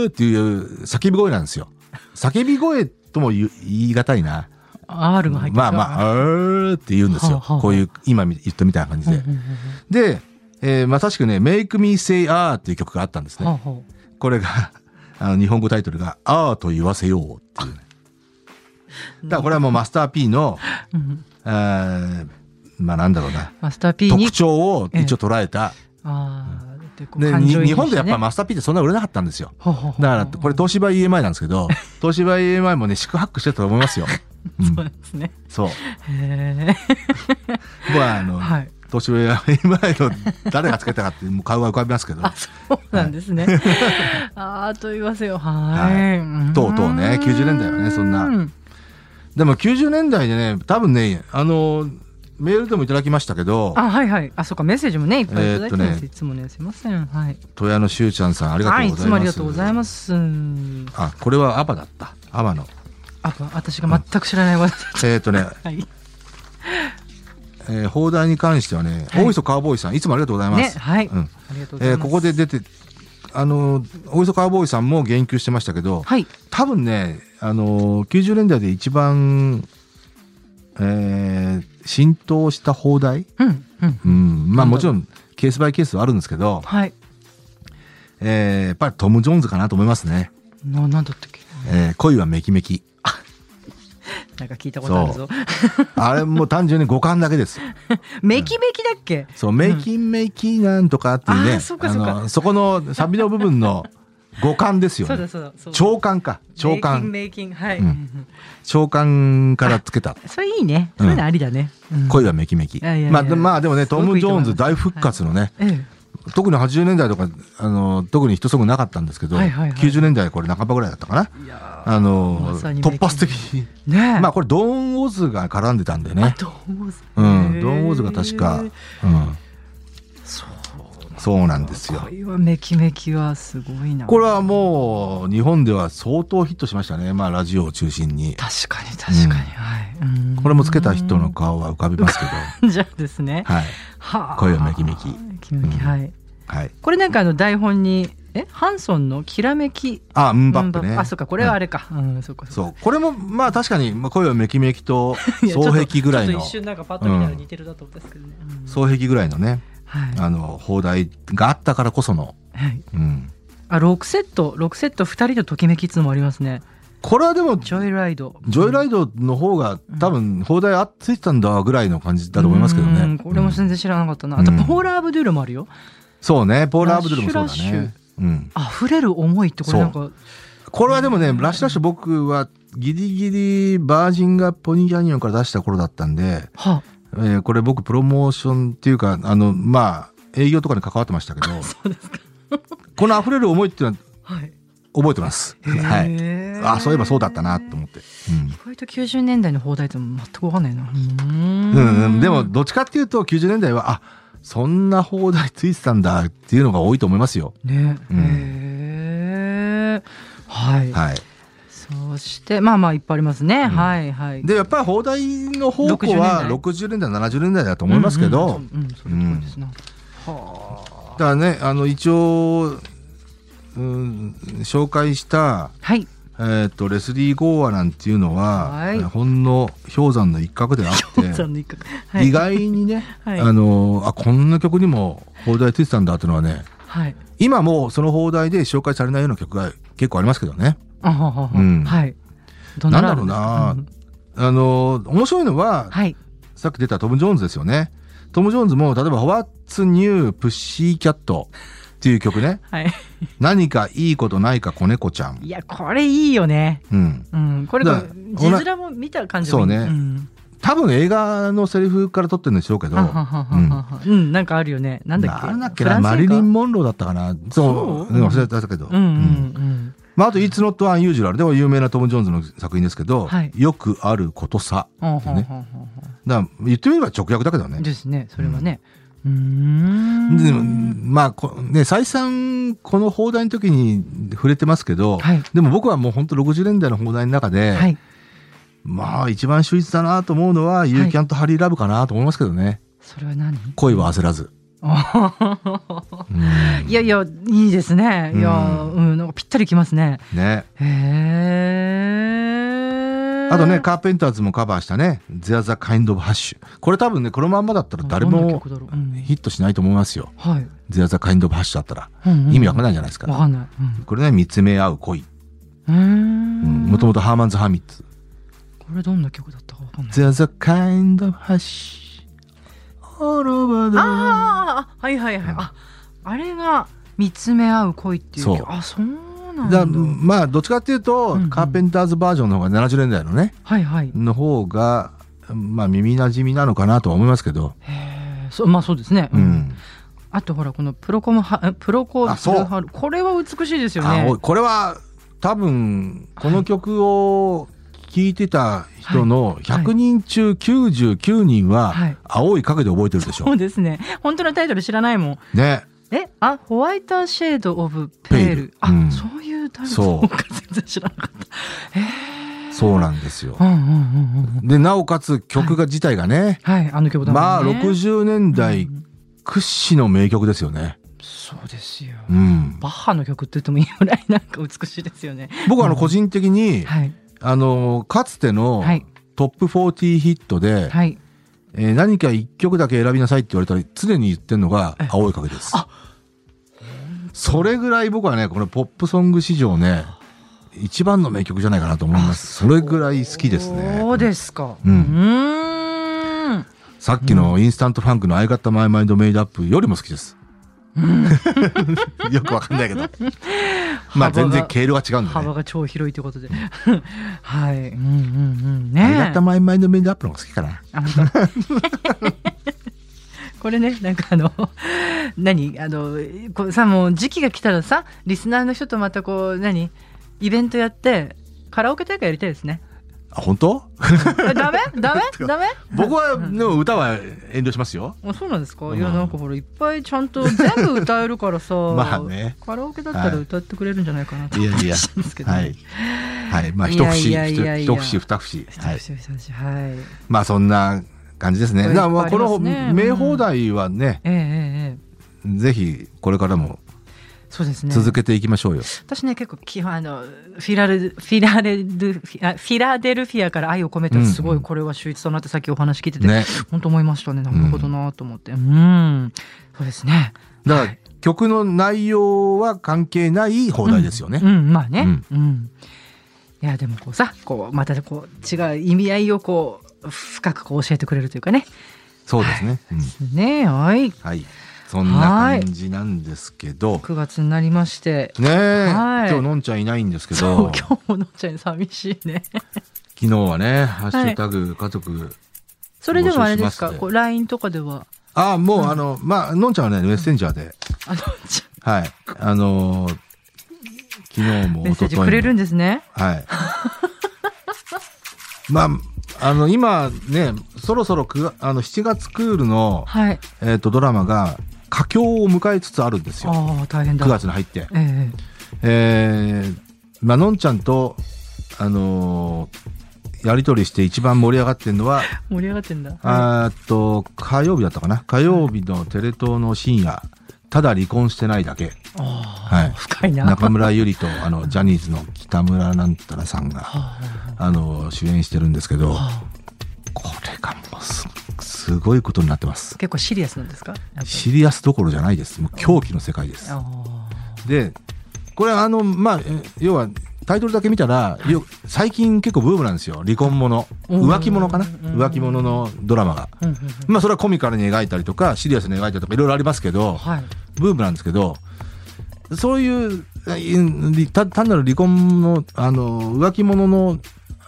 [SPEAKER 2] ー」っていう叫び声なんですよ。叫び声とも言う言い難いな。
[SPEAKER 1] R が入って
[SPEAKER 2] まあまあ「うー」って言うんですよ。
[SPEAKER 1] はあはあ
[SPEAKER 2] こういう今言ったみたいな感じで。で、えーまさしくね「Make Me Say Ah」っていう曲があったんですね。
[SPEAKER 1] はあは
[SPEAKER 2] これがあの日本語タイトルが「あーと言わせよう」っていうね。だからこれはもうマスター P の、
[SPEAKER 1] あうん
[SPEAKER 2] えーまあなんだろうな
[SPEAKER 1] マスター P に
[SPEAKER 2] 特徴を一応捉えた。
[SPEAKER 1] ああでこう
[SPEAKER 2] で
[SPEAKER 1] 感
[SPEAKER 2] に
[SPEAKER 1] 情移入
[SPEAKER 2] 日本でやっぱ
[SPEAKER 1] してね
[SPEAKER 2] マスター P ってそんな売れなかったんですよ。
[SPEAKER 1] ほうほうほう
[SPEAKER 2] だからこれ東芝 EMI なんです けど東芝 EMI もね四苦八苦してたと思いますよ。うん
[SPEAKER 1] そうなんですね
[SPEAKER 2] そう
[SPEAKER 1] へ
[SPEAKER 2] 僕はあの、
[SPEAKER 1] えはい
[SPEAKER 2] 東芝 EMI の誰がつけたかってもう顔が浮かびますけど
[SPEAKER 1] あそうなんですね、 ああと言わせよは
[SPEAKER 2] は
[SPEAKER 1] い、
[SPEAKER 2] い
[SPEAKER 1] ん
[SPEAKER 2] とうとうね90年代はねそんなでも90年代でね多分ねあのメールでもいただきましたけど
[SPEAKER 1] あはいはいあそうかメッセージもねいっぱいいただいてます、
[SPEAKER 2] えーっとね
[SPEAKER 1] いつもねすいませんはい
[SPEAKER 2] 富谷のしゅうちゃんさんありがとう
[SPEAKER 1] はい、い
[SPEAKER 2] ござ
[SPEAKER 1] つ
[SPEAKER 2] います。。
[SPEAKER 1] もありがとうございますす。
[SPEAKER 2] あこれはアバだったアバの
[SPEAKER 1] あ、私が全く知らない技。
[SPEAKER 2] えっ、とね、
[SPEAKER 1] はい。
[SPEAKER 2] えー、放題に関してはね、
[SPEAKER 1] はい
[SPEAKER 2] 大磯カーボーイさんいつもありがとうございま
[SPEAKER 1] ね、
[SPEAKER 2] す。
[SPEAKER 1] はい。
[SPEAKER 2] うん
[SPEAKER 1] ありがとうござい
[SPEAKER 2] えー
[SPEAKER 1] ます。
[SPEAKER 2] ここで出てあの大磯カーボーイさんも言及してましたけど、
[SPEAKER 1] はい。
[SPEAKER 2] 多分ねあの90年代で一番、えー浸透した放題、
[SPEAKER 1] うん、うん。
[SPEAKER 2] うん、ま
[SPEAKER 1] なんだろう
[SPEAKER 2] あもちろんケースバイケースはあるんですけど、
[SPEAKER 1] はい。
[SPEAKER 2] えーやっぱりトム・ジョーンズかなと思いますね、
[SPEAKER 1] な、なんだったっけ。
[SPEAKER 2] えー恋はメキメキ
[SPEAKER 1] なんか聞いたことあるぞ。
[SPEAKER 2] あれもう単純に五感だけです
[SPEAKER 1] めきめきだっけ。
[SPEAKER 2] そうメキメキなんとかっていうね、
[SPEAKER 1] あーそうかそうか
[SPEAKER 2] のそこのサビの部分の五感ですよ
[SPEAKER 1] そう
[SPEAKER 2] ね
[SPEAKER 1] だ、そうだ、そうだ。
[SPEAKER 2] 長官か長官
[SPEAKER 1] メイキンメイキン、はい。
[SPEAKER 2] うん
[SPEAKER 1] うん
[SPEAKER 2] 長官からつけた
[SPEAKER 1] それいいね。そういうのありだね。うん
[SPEAKER 2] 恋はメキメキ。
[SPEAKER 1] いやいやいや
[SPEAKER 2] まあ、でまあでもね、
[SPEAKER 1] す
[SPEAKER 2] ト
[SPEAKER 1] ごく
[SPEAKER 2] ム・
[SPEAKER 1] いいと
[SPEAKER 2] ジョー
[SPEAKER 1] 思い
[SPEAKER 2] ン
[SPEAKER 1] ます
[SPEAKER 2] ズ大復活のね、
[SPEAKER 1] ええ
[SPEAKER 2] 特に80年代とかあの特にヒットソングなかったんですけど、
[SPEAKER 1] はいはいはい
[SPEAKER 2] 90年代これ半ばぐらいだったかなあの、
[SPEAKER 1] まさに
[SPEAKER 2] 突発的に、
[SPEAKER 1] ねえ
[SPEAKER 2] まあこれドーン・オズが絡んでたんでね、
[SPEAKER 1] ドーンウォーズ
[SPEAKER 2] うん、ドーン・オズが確か、うん、
[SPEAKER 1] そう
[SPEAKER 2] そうなんですよ
[SPEAKER 1] これはメキメキはすごいな
[SPEAKER 2] これはもう日本では相当ヒットしましたね、まあ、ラジオを中心に
[SPEAKER 1] 確かに確かに、
[SPEAKER 2] うん
[SPEAKER 1] はい、うん
[SPEAKER 2] これもつけた人の顔は浮かびますけど、
[SPEAKER 1] じゃあですね
[SPEAKER 2] はい
[SPEAKER 1] はあ
[SPEAKER 2] こういうメキメキ
[SPEAKER 1] メキメキ
[SPEAKER 2] うん
[SPEAKER 1] はい
[SPEAKER 2] はい、
[SPEAKER 1] これなんかあの台本にえハンソンのきらめき
[SPEAKER 2] あムンバップね
[SPEAKER 1] あそうかこれはあれか、うんそうか
[SPEAKER 2] そうこれもまあ確かにまあ声はめきめきと
[SPEAKER 1] いやちょっと
[SPEAKER 2] 双璧ぐらい
[SPEAKER 1] ちょ
[SPEAKER 2] の
[SPEAKER 1] っと一瞬なんかパッと見たら似てるだと思ったんですけどね、うん
[SPEAKER 2] 双璧ぐらいのね
[SPEAKER 1] はい
[SPEAKER 2] あの放題があったからこその、
[SPEAKER 1] はい
[SPEAKER 2] うん、
[SPEAKER 1] あ6セット六セット二人とときめきっつのもありますね
[SPEAKER 2] これはでもジ
[SPEAKER 1] ジョイライド
[SPEAKER 2] ョイライドの方が多分放題あついてたんだぐらいの感じだと思いますけど
[SPEAKER 1] うん
[SPEAKER 2] ね
[SPEAKER 1] これも
[SPEAKER 2] うん
[SPEAKER 1] 全然知らなかったな、あと
[SPEAKER 2] うん
[SPEAKER 1] ポーラー・アブドゥールもあるよ
[SPEAKER 2] そうねポーラー・アブドゥルもそう
[SPEAKER 1] ラ
[SPEAKER 2] だ
[SPEAKER 1] ッシュラッ
[SPEAKER 2] ね、うん、
[SPEAKER 1] 溢れる思いってこれなんか
[SPEAKER 2] これはでもねラッシュラッシュ僕はギリギリバージンがポニーキャニオンから出した頃だったんで、
[SPEAKER 1] は
[SPEAKER 2] えーこれ僕プロモーションっていうかあのまあ営業とかに関わってましたけ ど
[SPEAKER 1] そうですか
[SPEAKER 2] この溢れる思いっていうのは
[SPEAKER 1] はい
[SPEAKER 2] 覚えてます。はい。
[SPEAKER 1] へー
[SPEAKER 2] あ、そういえばそうだったなと思って。
[SPEAKER 1] 意外と90年代の放題って全く分かんないなう
[SPEAKER 2] うんん。うん、うん、でも、どっちかっていうと、90年代は、あ、そんな放題ついてたんだっていうのが多いと思いますよ。
[SPEAKER 1] ね、
[SPEAKER 2] うん
[SPEAKER 1] へえはい、
[SPEAKER 2] はい。
[SPEAKER 1] そしてまあまあいっぱいありますね、
[SPEAKER 2] ん
[SPEAKER 1] はいはい
[SPEAKER 2] で、やっぱり放題の方向は60年代、70年代だと思いますけど、
[SPEAKER 1] うんうんそううんそういうとこですなはあ
[SPEAKER 2] だからね、あの、一応、うん、紹介した、
[SPEAKER 1] はい
[SPEAKER 2] えっ、と、レスリー・ゴーアなんていうのは、
[SPEAKER 1] はい
[SPEAKER 2] えーほんの氷山の一角であっ
[SPEAKER 1] 父さ
[SPEAKER 2] て
[SPEAKER 1] ん、の一角はい
[SPEAKER 2] 意外にね、
[SPEAKER 1] はい
[SPEAKER 2] あの、あ、こんな曲にも放題ついてたんだっていうのはね、
[SPEAKER 1] はい
[SPEAKER 2] 今もうその放題で紹介されないような曲が結構ありますけどね。
[SPEAKER 1] あははは、
[SPEAKER 2] うん
[SPEAKER 1] はいど
[SPEAKER 2] なん
[SPEAKER 1] の
[SPEAKER 2] だろう
[SPEAKER 1] あ
[SPEAKER 2] な
[SPEAKER 1] るんで、
[SPEAKER 2] あの面白いのは、
[SPEAKER 1] すかはい
[SPEAKER 2] さっき出たトム・ジョーンズですよね。トム・ジョーンズも例えば「What's New プッシーキャット」っていう曲ね
[SPEAKER 1] はい
[SPEAKER 2] 何かいいことないか子猫ちゃん
[SPEAKER 1] い、やこれいいよね
[SPEAKER 2] うん、
[SPEAKER 1] うんこれ
[SPEAKER 2] だ
[SPEAKER 1] 字面も見た感じもいい
[SPEAKER 2] そうね
[SPEAKER 1] ん
[SPEAKER 2] 多分映画のセリフから撮ってるんでしょうけど
[SPEAKER 1] あははははうんなんかあるよねなんだっけ
[SPEAKER 2] なんだっけ
[SPEAKER 1] フラ
[SPEAKER 2] な
[SPEAKER 1] ンス映画
[SPEAKER 2] マリリン・モンローだったかなそう
[SPEAKER 1] そう
[SPEAKER 2] うん忘れたけど、
[SPEAKER 1] うんうん
[SPEAKER 2] まあ、あと「It's Not Unusual」でも有名なトム・ジョーンズの作品ですけど、
[SPEAKER 1] はい
[SPEAKER 2] よくあることさ
[SPEAKER 1] うんほうほう
[SPEAKER 2] ね
[SPEAKER 1] ほうほう
[SPEAKER 2] だから言ってみれば直訳だけどね
[SPEAKER 1] ですねそれはねうーん
[SPEAKER 2] でもまあこね再三この放題の時に触れてますけど、
[SPEAKER 1] はい
[SPEAKER 2] でも僕はもう本当60年代の放題の中で、
[SPEAKER 1] はい
[SPEAKER 2] まあ一番秀逸だなと思うのは「You Can't Hurry Love」かなと思いますけどね
[SPEAKER 1] それは何
[SPEAKER 2] 恋は焦らず。うん
[SPEAKER 1] いやいやいいですねいや
[SPEAKER 2] う
[SPEAKER 1] うんなんかぴったりきますね
[SPEAKER 2] ね、
[SPEAKER 1] へえ
[SPEAKER 2] あとねカーペンターズもカバーしたね「There's a Kind of Hush」これ多分ねこのまんまだったら誰
[SPEAKER 1] どんな
[SPEAKER 2] も
[SPEAKER 1] 曲だろううん
[SPEAKER 2] ヒットしないと思いますよ
[SPEAKER 1] はい
[SPEAKER 2] 「There's a Kind of Hush」だったら
[SPEAKER 1] うんうん
[SPEAKER 2] 意味わかんないじゃないですか、
[SPEAKER 1] わかんない
[SPEAKER 2] これね見つめ合う恋
[SPEAKER 1] うんうーん
[SPEAKER 2] もともとハーマンズ・ハミッツ
[SPEAKER 1] これどんな曲だったかわかんない
[SPEAKER 2] There's a kind of hush all over the
[SPEAKER 1] ああはいはいはい、
[SPEAKER 2] うん
[SPEAKER 1] ああれが見つめ合う恋っていう
[SPEAKER 2] そう
[SPEAKER 1] 曲あそうなんだ
[SPEAKER 2] だまあどっちかっていうと、
[SPEAKER 1] うんうん
[SPEAKER 2] カーペンターズバージョンの方が70年代のね
[SPEAKER 1] はいはい
[SPEAKER 2] の方がまあ耳なじみなのかなとは思いますけど、
[SPEAKER 1] へえそうまあそうですね、
[SPEAKER 2] うん
[SPEAKER 1] あとほらこのプロコムはプロコ
[SPEAKER 2] あそう
[SPEAKER 1] プロハルこれは美しいですよ
[SPEAKER 2] あおい
[SPEAKER 1] ね
[SPEAKER 2] これは多分この曲を聴いてた人の100人中99人は
[SPEAKER 1] はい
[SPEAKER 2] 青い影で覚えてるでしょ、
[SPEAKER 1] そうですね本当のタイトル知らないもん
[SPEAKER 2] ね
[SPEAKER 1] えあホワイトシェード・オブ・ペール
[SPEAKER 2] ペール
[SPEAKER 1] あ、
[SPEAKER 2] うん
[SPEAKER 1] そういうタイトル
[SPEAKER 2] そう
[SPEAKER 1] か全然知らなかっ
[SPEAKER 2] そうなんですよ
[SPEAKER 1] たうんうんうんうん
[SPEAKER 2] でなおかつ曲が自体がね、
[SPEAKER 1] はいあの曲だもんね
[SPEAKER 2] まあ60年代屈指の名曲ですよね。
[SPEAKER 1] そうですよ、
[SPEAKER 2] うん、
[SPEAKER 1] バッハの曲って言ってもいいぐらいなんか美しいですよね
[SPEAKER 2] 僕はあの個人的に、
[SPEAKER 1] はい
[SPEAKER 2] あのかつての
[SPEAKER 1] はい
[SPEAKER 2] トップ40ヒットで、
[SPEAKER 1] はい
[SPEAKER 2] えー何か1曲だけ選びなさいって言われたら常に言ってるのが
[SPEAKER 1] え
[SPEAKER 2] 「青い影」です
[SPEAKER 1] あ。
[SPEAKER 2] それぐらい僕はねこのポップソング史上ね一番の名曲じゃないかなと思いますそれぐらい好きですね
[SPEAKER 1] そうですか。
[SPEAKER 2] うん
[SPEAKER 1] ーん。
[SPEAKER 2] さっきのインスタントファンクの「I got my mind made up」よりも好きです、 よくわかんない けどまあ全然毛色が違うんでね
[SPEAKER 1] 幅が超広いということで。 はい。うんうんうん。
[SPEAKER 2] ありが
[SPEAKER 1] ね
[SPEAKER 2] たまいまいのメイドアップの方が好きかな。
[SPEAKER 1] あ本当 これねなんかあの何あのこうさもう時期が来たらさリスナーの人とまたこう何イベントやってカラオケ大会やりたいですね。
[SPEAKER 2] あ 本当
[SPEAKER 1] えダ メダメダメ
[SPEAKER 2] 僕はでも歌は遠慮しますよ
[SPEAKER 1] あそうなんですか、
[SPEAKER 2] うん
[SPEAKER 1] いやなんかほらいっぱいちゃんと全部歌えるからさ
[SPEAKER 2] まあね
[SPEAKER 1] カラオケだったら歌ってくれるんじゃないかなと思
[SPEAKER 2] いや
[SPEAKER 1] っ
[SPEAKER 2] い
[SPEAKER 1] て
[SPEAKER 2] や
[SPEAKER 1] んですけどね、
[SPEAKER 2] はいはいまあ一節
[SPEAKER 1] いやいやいやいや
[SPEAKER 2] 一節二節
[SPEAKER 1] 一
[SPEAKER 2] はい
[SPEAKER 1] 節一節はい
[SPEAKER 2] まあそんな感じですね
[SPEAKER 1] いっ
[SPEAKER 2] だ
[SPEAKER 1] ぱい
[SPEAKER 2] か
[SPEAKER 1] あ
[SPEAKER 2] ら
[SPEAKER 1] り
[SPEAKER 2] ま
[SPEAKER 1] ます
[SPEAKER 2] あ
[SPEAKER 1] ね
[SPEAKER 2] この
[SPEAKER 1] うん
[SPEAKER 2] 名放題はね
[SPEAKER 1] えええええ
[SPEAKER 2] ぜひこれからも
[SPEAKER 1] えそうですね
[SPEAKER 2] 続けていきましょうよ
[SPEAKER 1] 私ね結構基本あのフィラルフィラレルフィあフィラデルフィアから愛を込めて
[SPEAKER 2] うん
[SPEAKER 1] すごいこれは秀逸だなってさっきお話聞いてて、
[SPEAKER 2] ね
[SPEAKER 1] 本当思いましたねなるほどなと思ってうんそうですね
[SPEAKER 2] だか
[SPEAKER 1] は
[SPEAKER 2] ら
[SPEAKER 1] い
[SPEAKER 2] 曲の内容は関係ない放題ですよね
[SPEAKER 1] うん、うんまあね
[SPEAKER 2] うん
[SPEAKER 1] うん、いやでもこうさこうまたこう違う意味合いをこう深くこう教えてくれるというかね
[SPEAKER 2] そうですねうん
[SPEAKER 1] ねはい
[SPEAKER 2] はいそんな感じなんですけど
[SPEAKER 1] 9月になりまして
[SPEAKER 2] ねえ
[SPEAKER 1] は
[SPEAKER 2] 今
[SPEAKER 1] い
[SPEAKER 2] 日のんちゃんいないんですけ
[SPEAKER 1] そう
[SPEAKER 2] ど
[SPEAKER 1] 今日ものんちゃん寂しいね
[SPEAKER 2] 昨日はね「ハッシュタグ家族」
[SPEAKER 1] それでもあれですか
[SPEAKER 2] 募集しますね
[SPEAKER 1] こう LINE とかでは
[SPEAKER 2] ああもうあのまあのんちゃんはねメッセンジャーで
[SPEAKER 1] あのんちゃ
[SPEAKER 2] はいあのー昨日も
[SPEAKER 1] ん
[SPEAKER 2] お
[SPEAKER 1] メッセ
[SPEAKER 2] と
[SPEAKER 1] ージ
[SPEAKER 2] と
[SPEAKER 1] くれ
[SPEAKER 2] い
[SPEAKER 1] る
[SPEAKER 2] も
[SPEAKER 1] んですね
[SPEAKER 2] はいまああの今ねそろそろくあの7月クールの、
[SPEAKER 1] はい
[SPEAKER 2] えっとドラマが佳境を迎えつつあるんですよ
[SPEAKER 1] ああ大変だ
[SPEAKER 2] 9月に入って
[SPEAKER 1] ええ
[SPEAKER 2] えーまあのんちゃんとあのーやりとりして一番盛り上がってるのは
[SPEAKER 1] 盛り上がってんだ
[SPEAKER 2] あーっと火曜日だったかな火曜日のテレ東の深夜ただ離婚してないだけ
[SPEAKER 1] あ
[SPEAKER 2] は
[SPEAKER 1] ー
[SPEAKER 2] い
[SPEAKER 1] 深いな
[SPEAKER 2] 中村ゆりとあのジャニーズの北村なんたらさんが
[SPEAKER 1] はあ
[SPEAKER 2] あの主演してるんですけど
[SPEAKER 1] はあ
[SPEAKER 2] これがもうすすごいことになってます
[SPEAKER 1] 結構シリアスなんですかやっぱり
[SPEAKER 2] シリアスどころじゃないですもう狂気の世界です
[SPEAKER 1] あ
[SPEAKER 2] でこれあのまあえ要はタイトルだけ見たらよ最近結構ブームなんですよ離婚もの
[SPEAKER 1] うん
[SPEAKER 2] 浮気者かな
[SPEAKER 1] うん
[SPEAKER 2] 浮気者のドラマが
[SPEAKER 1] あうんうんうん
[SPEAKER 2] まあそれはコミカルに描いたりとかシリアスに描いたりとかいろいろありますけど
[SPEAKER 1] はい
[SPEAKER 2] ブームなんですけどそういうえいた単なる離婚のあの浮気者の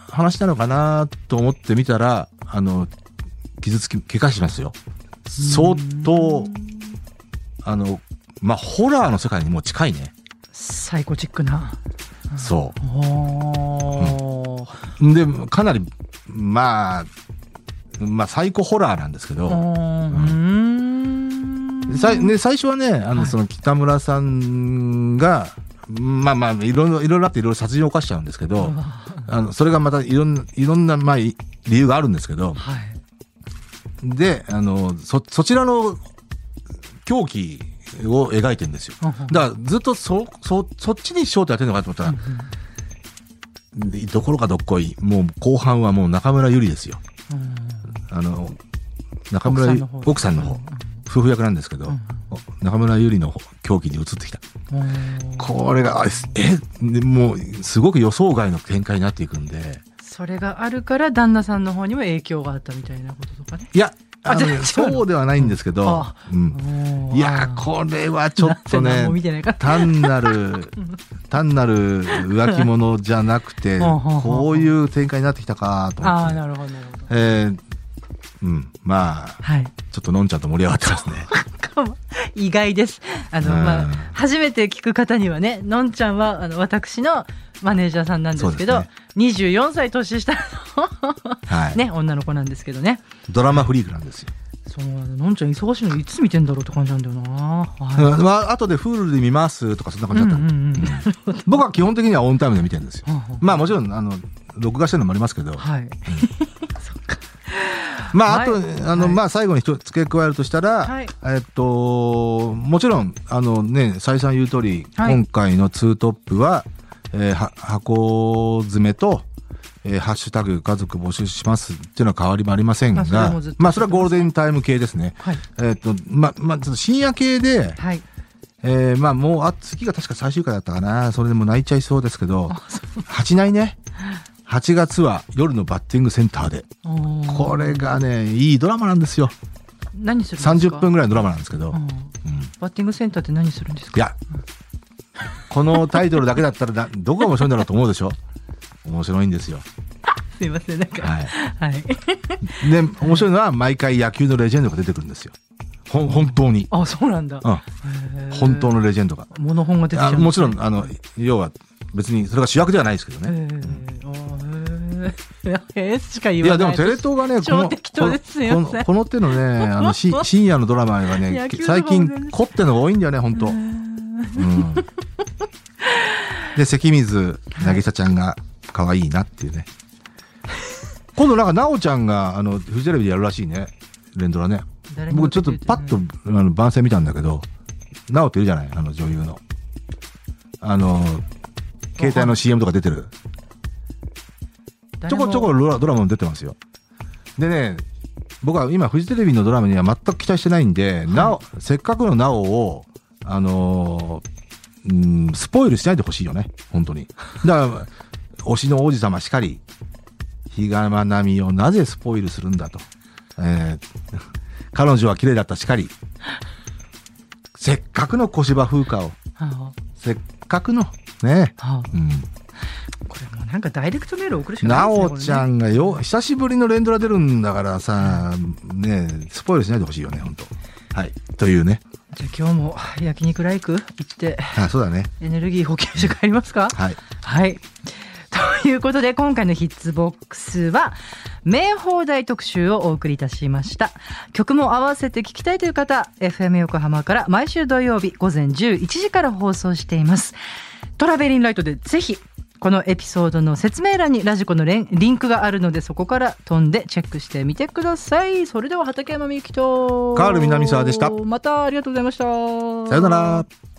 [SPEAKER 2] 話なのかなと思ってみたらあの傷つき怪我しますよ相当あのまあホラーの世界にもう近いね
[SPEAKER 1] サイコチックな
[SPEAKER 2] そ
[SPEAKER 1] おー
[SPEAKER 2] うでかなりまあまあサイコホラーなんですけど、
[SPEAKER 1] おーうーん
[SPEAKER 2] さいね、最初はね、あ
[SPEAKER 1] は
[SPEAKER 2] の、
[SPEAKER 1] い
[SPEAKER 2] その北村さんが、まあまあ、いろいろ、いろいろあっていろいろ殺人を犯しちゃうんですけ
[SPEAKER 1] う
[SPEAKER 2] ど、
[SPEAKER 1] わ
[SPEAKER 2] あの、それがまたいろんな、いろんな、まあ、い理由があるんですけど、
[SPEAKER 1] はい
[SPEAKER 2] で、あの、そ、そちらの狂気を描いてるんですよ。
[SPEAKER 1] うんうん
[SPEAKER 2] だから、ずっとそ、そ、そっちに焦点当てるのかと思ったら、どころかどっこい、もう後半はもう中村ゆりですよ。
[SPEAKER 1] うんうん
[SPEAKER 2] あの、中村ゆ
[SPEAKER 1] 奥
[SPEAKER 2] 奥
[SPEAKER 1] さ
[SPEAKER 2] さ
[SPEAKER 1] ん
[SPEAKER 2] ん
[SPEAKER 1] の
[SPEAKER 2] の
[SPEAKER 1] 方
[SPEAKER 2] 方、夫婦役なんですけど、
[SPEAKER 1] うん
[SPEAKER 2] 中村ゆりの方狂気に移ってきた。
[SPEAKER 1] うんうん
[SPEAKER 2] これが、あえ、でもう、すごく予想外の展開になっていくんで、
[SPEAKER 1] それがあるから旦那さんの方にも影響があったみたいなこととかね
[SPEAKER 2] いや、あの
[SPEAKER 1] あ違う違う
[SPEAKER 2] そうではないんですけど
[SPEAKER 1] あ、
[SPEAKER 2] うん
[SPEAKER 1] おー
[SPEAKER 2] いや、これはちょっと
[SPEAKER 1] なんて何
[SPEAKER 2] ね
[SPEAKER 1] も、見てないから
[SPEAKER 2] 単 なる、単なる浮気者じゃなくて、
[SPEAKER 1] ほうほうほうほう
[SPEAKER 2] こういう展開になってきたかと思
[SPEAKER 1] あ
[SPEAKER 2] っ
[SPEAKER 1] あ
[SPEAKER 2] て、
[SPEAKER 1] なるほどなるほど
[SPEAKER 2] えーうん、まあ、
[SPEAKER 1] はい
[SPEAKER 2] ちょっとのんちゃんと盛り上がっ てますね。
[SPEAKER 1] かも意外です。あの、
[SPEAKER 2] うん
[SPEAKER 1] まあ、初めて聞く方にはね、のんちゃんは、あの、私のマネージャーさんなんですけ
[SPEAKER 2] そ
[SPEAKER 1] ど、
[SPEAKER 2] うで
[SPEAKER 1] 24歳年下
[SPEAKER 2] はい。
[SPEAKER 1] の ね、女の子なんですけどね。
[SPEAKER 2] ドラマフリークなんですよ。
[SPEAKER 1] そう、のんちゃん忙しいのいつ見てんだろうって感じなんだよな。は
[SPEAKER 2] うんまあ、後でフールで見ますとか、そんな感
[SPEAKER 1] い。う
[SPEAKER 2] じ
[SPEAKER 1] んう
[SPEAKER 2] だ
[SPEAKER 1] ん
[SPEAKER 2] っ
[SPEAKER 1] う
[SPEAKER 2] た。
[SPEAKER 1] ん。
[SPEAKER 2] 僕は基本的にはオンタイムで見てるんですよ。
[SPEAKER 1] は
[SPEAKER 2] まあもちろん、あの、録画してるのもありますけど、
[SPEAKER 1] い。そっか。
[SPEAKER 2] まああと、
[SPEAKER 1] はい
[SPEAKER 2] あの、
[SPEAKER 1] はい
[SPEAKER 2] まあ最後に一つ付け加えるとしたら、
[SPEAKER 1] はい
[SPEAKER 2] えっと、もちろん、あのね、再三言う通り、
[SPEAKER 1] はい
[SPEAKER 2] 今回のツートップは、えーは箱詰めと、えーハッシュタグ家族募集しますっていうのは変わりもありません
[SPEAKER 1] まあ
[SPEAKER 2] が、
[SPEAKER 1] それはもうずっと
[SPEAKER 2] まあそれはゴールデンタイム系ですね。
[SPEAKER 1] はい。
[SPEAKER 2] えっと、ま、まあ、ちょっと深夜系で、
[SPEAKER 1] はい。
[SPEAKER 2] えーまあもう、あ、月が確か最終回だったかな。それでもう泣いちゃいそうですけど、8ないね。8月は夜のバッティングセンターで。
[SPEAKER 1] おー
[SPEAKER 2] これがね、いいドラマなんですよ。
[SPEAKER 1] 何するんですか
[SPEAKER 2] 30分ぐらいのドラマなんですけど。
[SPEAKER 1] う
[SPEAKER 2] うん
[SPEAKER 1] んバッティングセンターって何するんです
[SPEAKER 2] い
[SPEAKER 1] か
[SPEAKER 2] や、このタイトルだけだったらな、どこが面白いんだろうと思うでしょ面白いんですよ。
[SPEAKER 1] すいません、なんか。
[SPEAKER 2] は
[SPEAKER 1] はい。
[SPEAKER 2] い。で、面白いのは毎回野球のレジェンドが出てくるんですよ。ほん本当に、
[SPEAKER 1] あ、そうなんだ。
[SPEAKER 2] うん
[SPEAKER 1] へー
[SPEAKER 2] 本当のレジェンドが
[SPEAKER 1] モノ本が出てきちゃ
[SPEAKER 2] あ
[SPEAKER 1] う。
[SPEAKER 2] もちろんあの要は別にそれが主役ではないですけど
[SPEAKER 1] へ
[SPEAKER 2] ね、
[SPEAKER 1] ーあーへーへーしか言
[SPEAKER 2] いや
[SPEAKER 1] わない。
[SPEAKER 2] でもテレ東がねこ
[SPEAKER 1] 超
[SPEAKER 2] の
[SPEAKER 1] 適当ですよね
[SPEAKER 2] このこのこの手のね あのし深夜のドラマが
[SPEAKER 1] 野
[SPEAKER 2] ね
[SPEAKER 1] 球とかも
[SPEAKER 2] 最
[SPEAKER 1] 全然
[SPEAKER 2] 近凝ってのが多いんだよね本当、う
[SPEAKER 1] へ
[SPEAKER 2] ん、
[SPEAKER 1] ー
[SPEAKER 2] で関水渚ちゃんが可愛いなっていうね今度なんか奈緒ちゃんがあのフジテレビでやるらしいね連ドラね
[SPEAKER 1] 誰も
[SPEAKER 2] 僕ちょっとパッとあの番宣見たんだけど奈緒っているじゃないあの女優のあの携帯の CM とか出てるちょこちょこドラドラマも出てますよ。でね、僕は今フジテレビのドラマには全く期待してないんで、なお、せっかくのなおを、あのーうん、スポイルしないでほしいよね、本当に。だから、推しの王子様しかり、比嘉愛未をなぜスポイルするんだと。えー彼女は綺麗だったしかり、せっかくの小芝風花を、
[SPEAKER 1] は
[SPEAKER 2] せっかくの、ね、
[SPEAKER 1] あは
[SPEAKER 2] うん、
[SPEAKER 1] あこれもうなんかダイレクトメール送るしかな
[SPEAKER 2] ない
[SPEAKER 1] ですね
[SPEAKER 2] おちゃんがよ久しぶりの連ドラ出るんだからさねえスポイルしないでほしいよね本当はいというね
[SPEAKER 1] これねじゃあ今日も焼肉ライク行って
[SPEAKER 2] あそうだね
[SPEAKER 1] エネルギー補給して帰りますか
[SPEAKER 2] はい
[SPEAKER 1] はい。 ということで今回のヒッツボックスは名放題特集をお送りいたしました曲も合わせて聴きたいという方 FM 横浜から毎週土曜日午前11時から放送していますトラベリンライトでぜひこのエピソードの説明欄にラジコのレンリンクがあるのでそこから飛んでチェックしてみてくださいそれでは畠山みゆきと
[SPEAKER 2] カール南沢でした
[SPEAKER 1] またありがとうございました
[SPEAKER 2] さよなら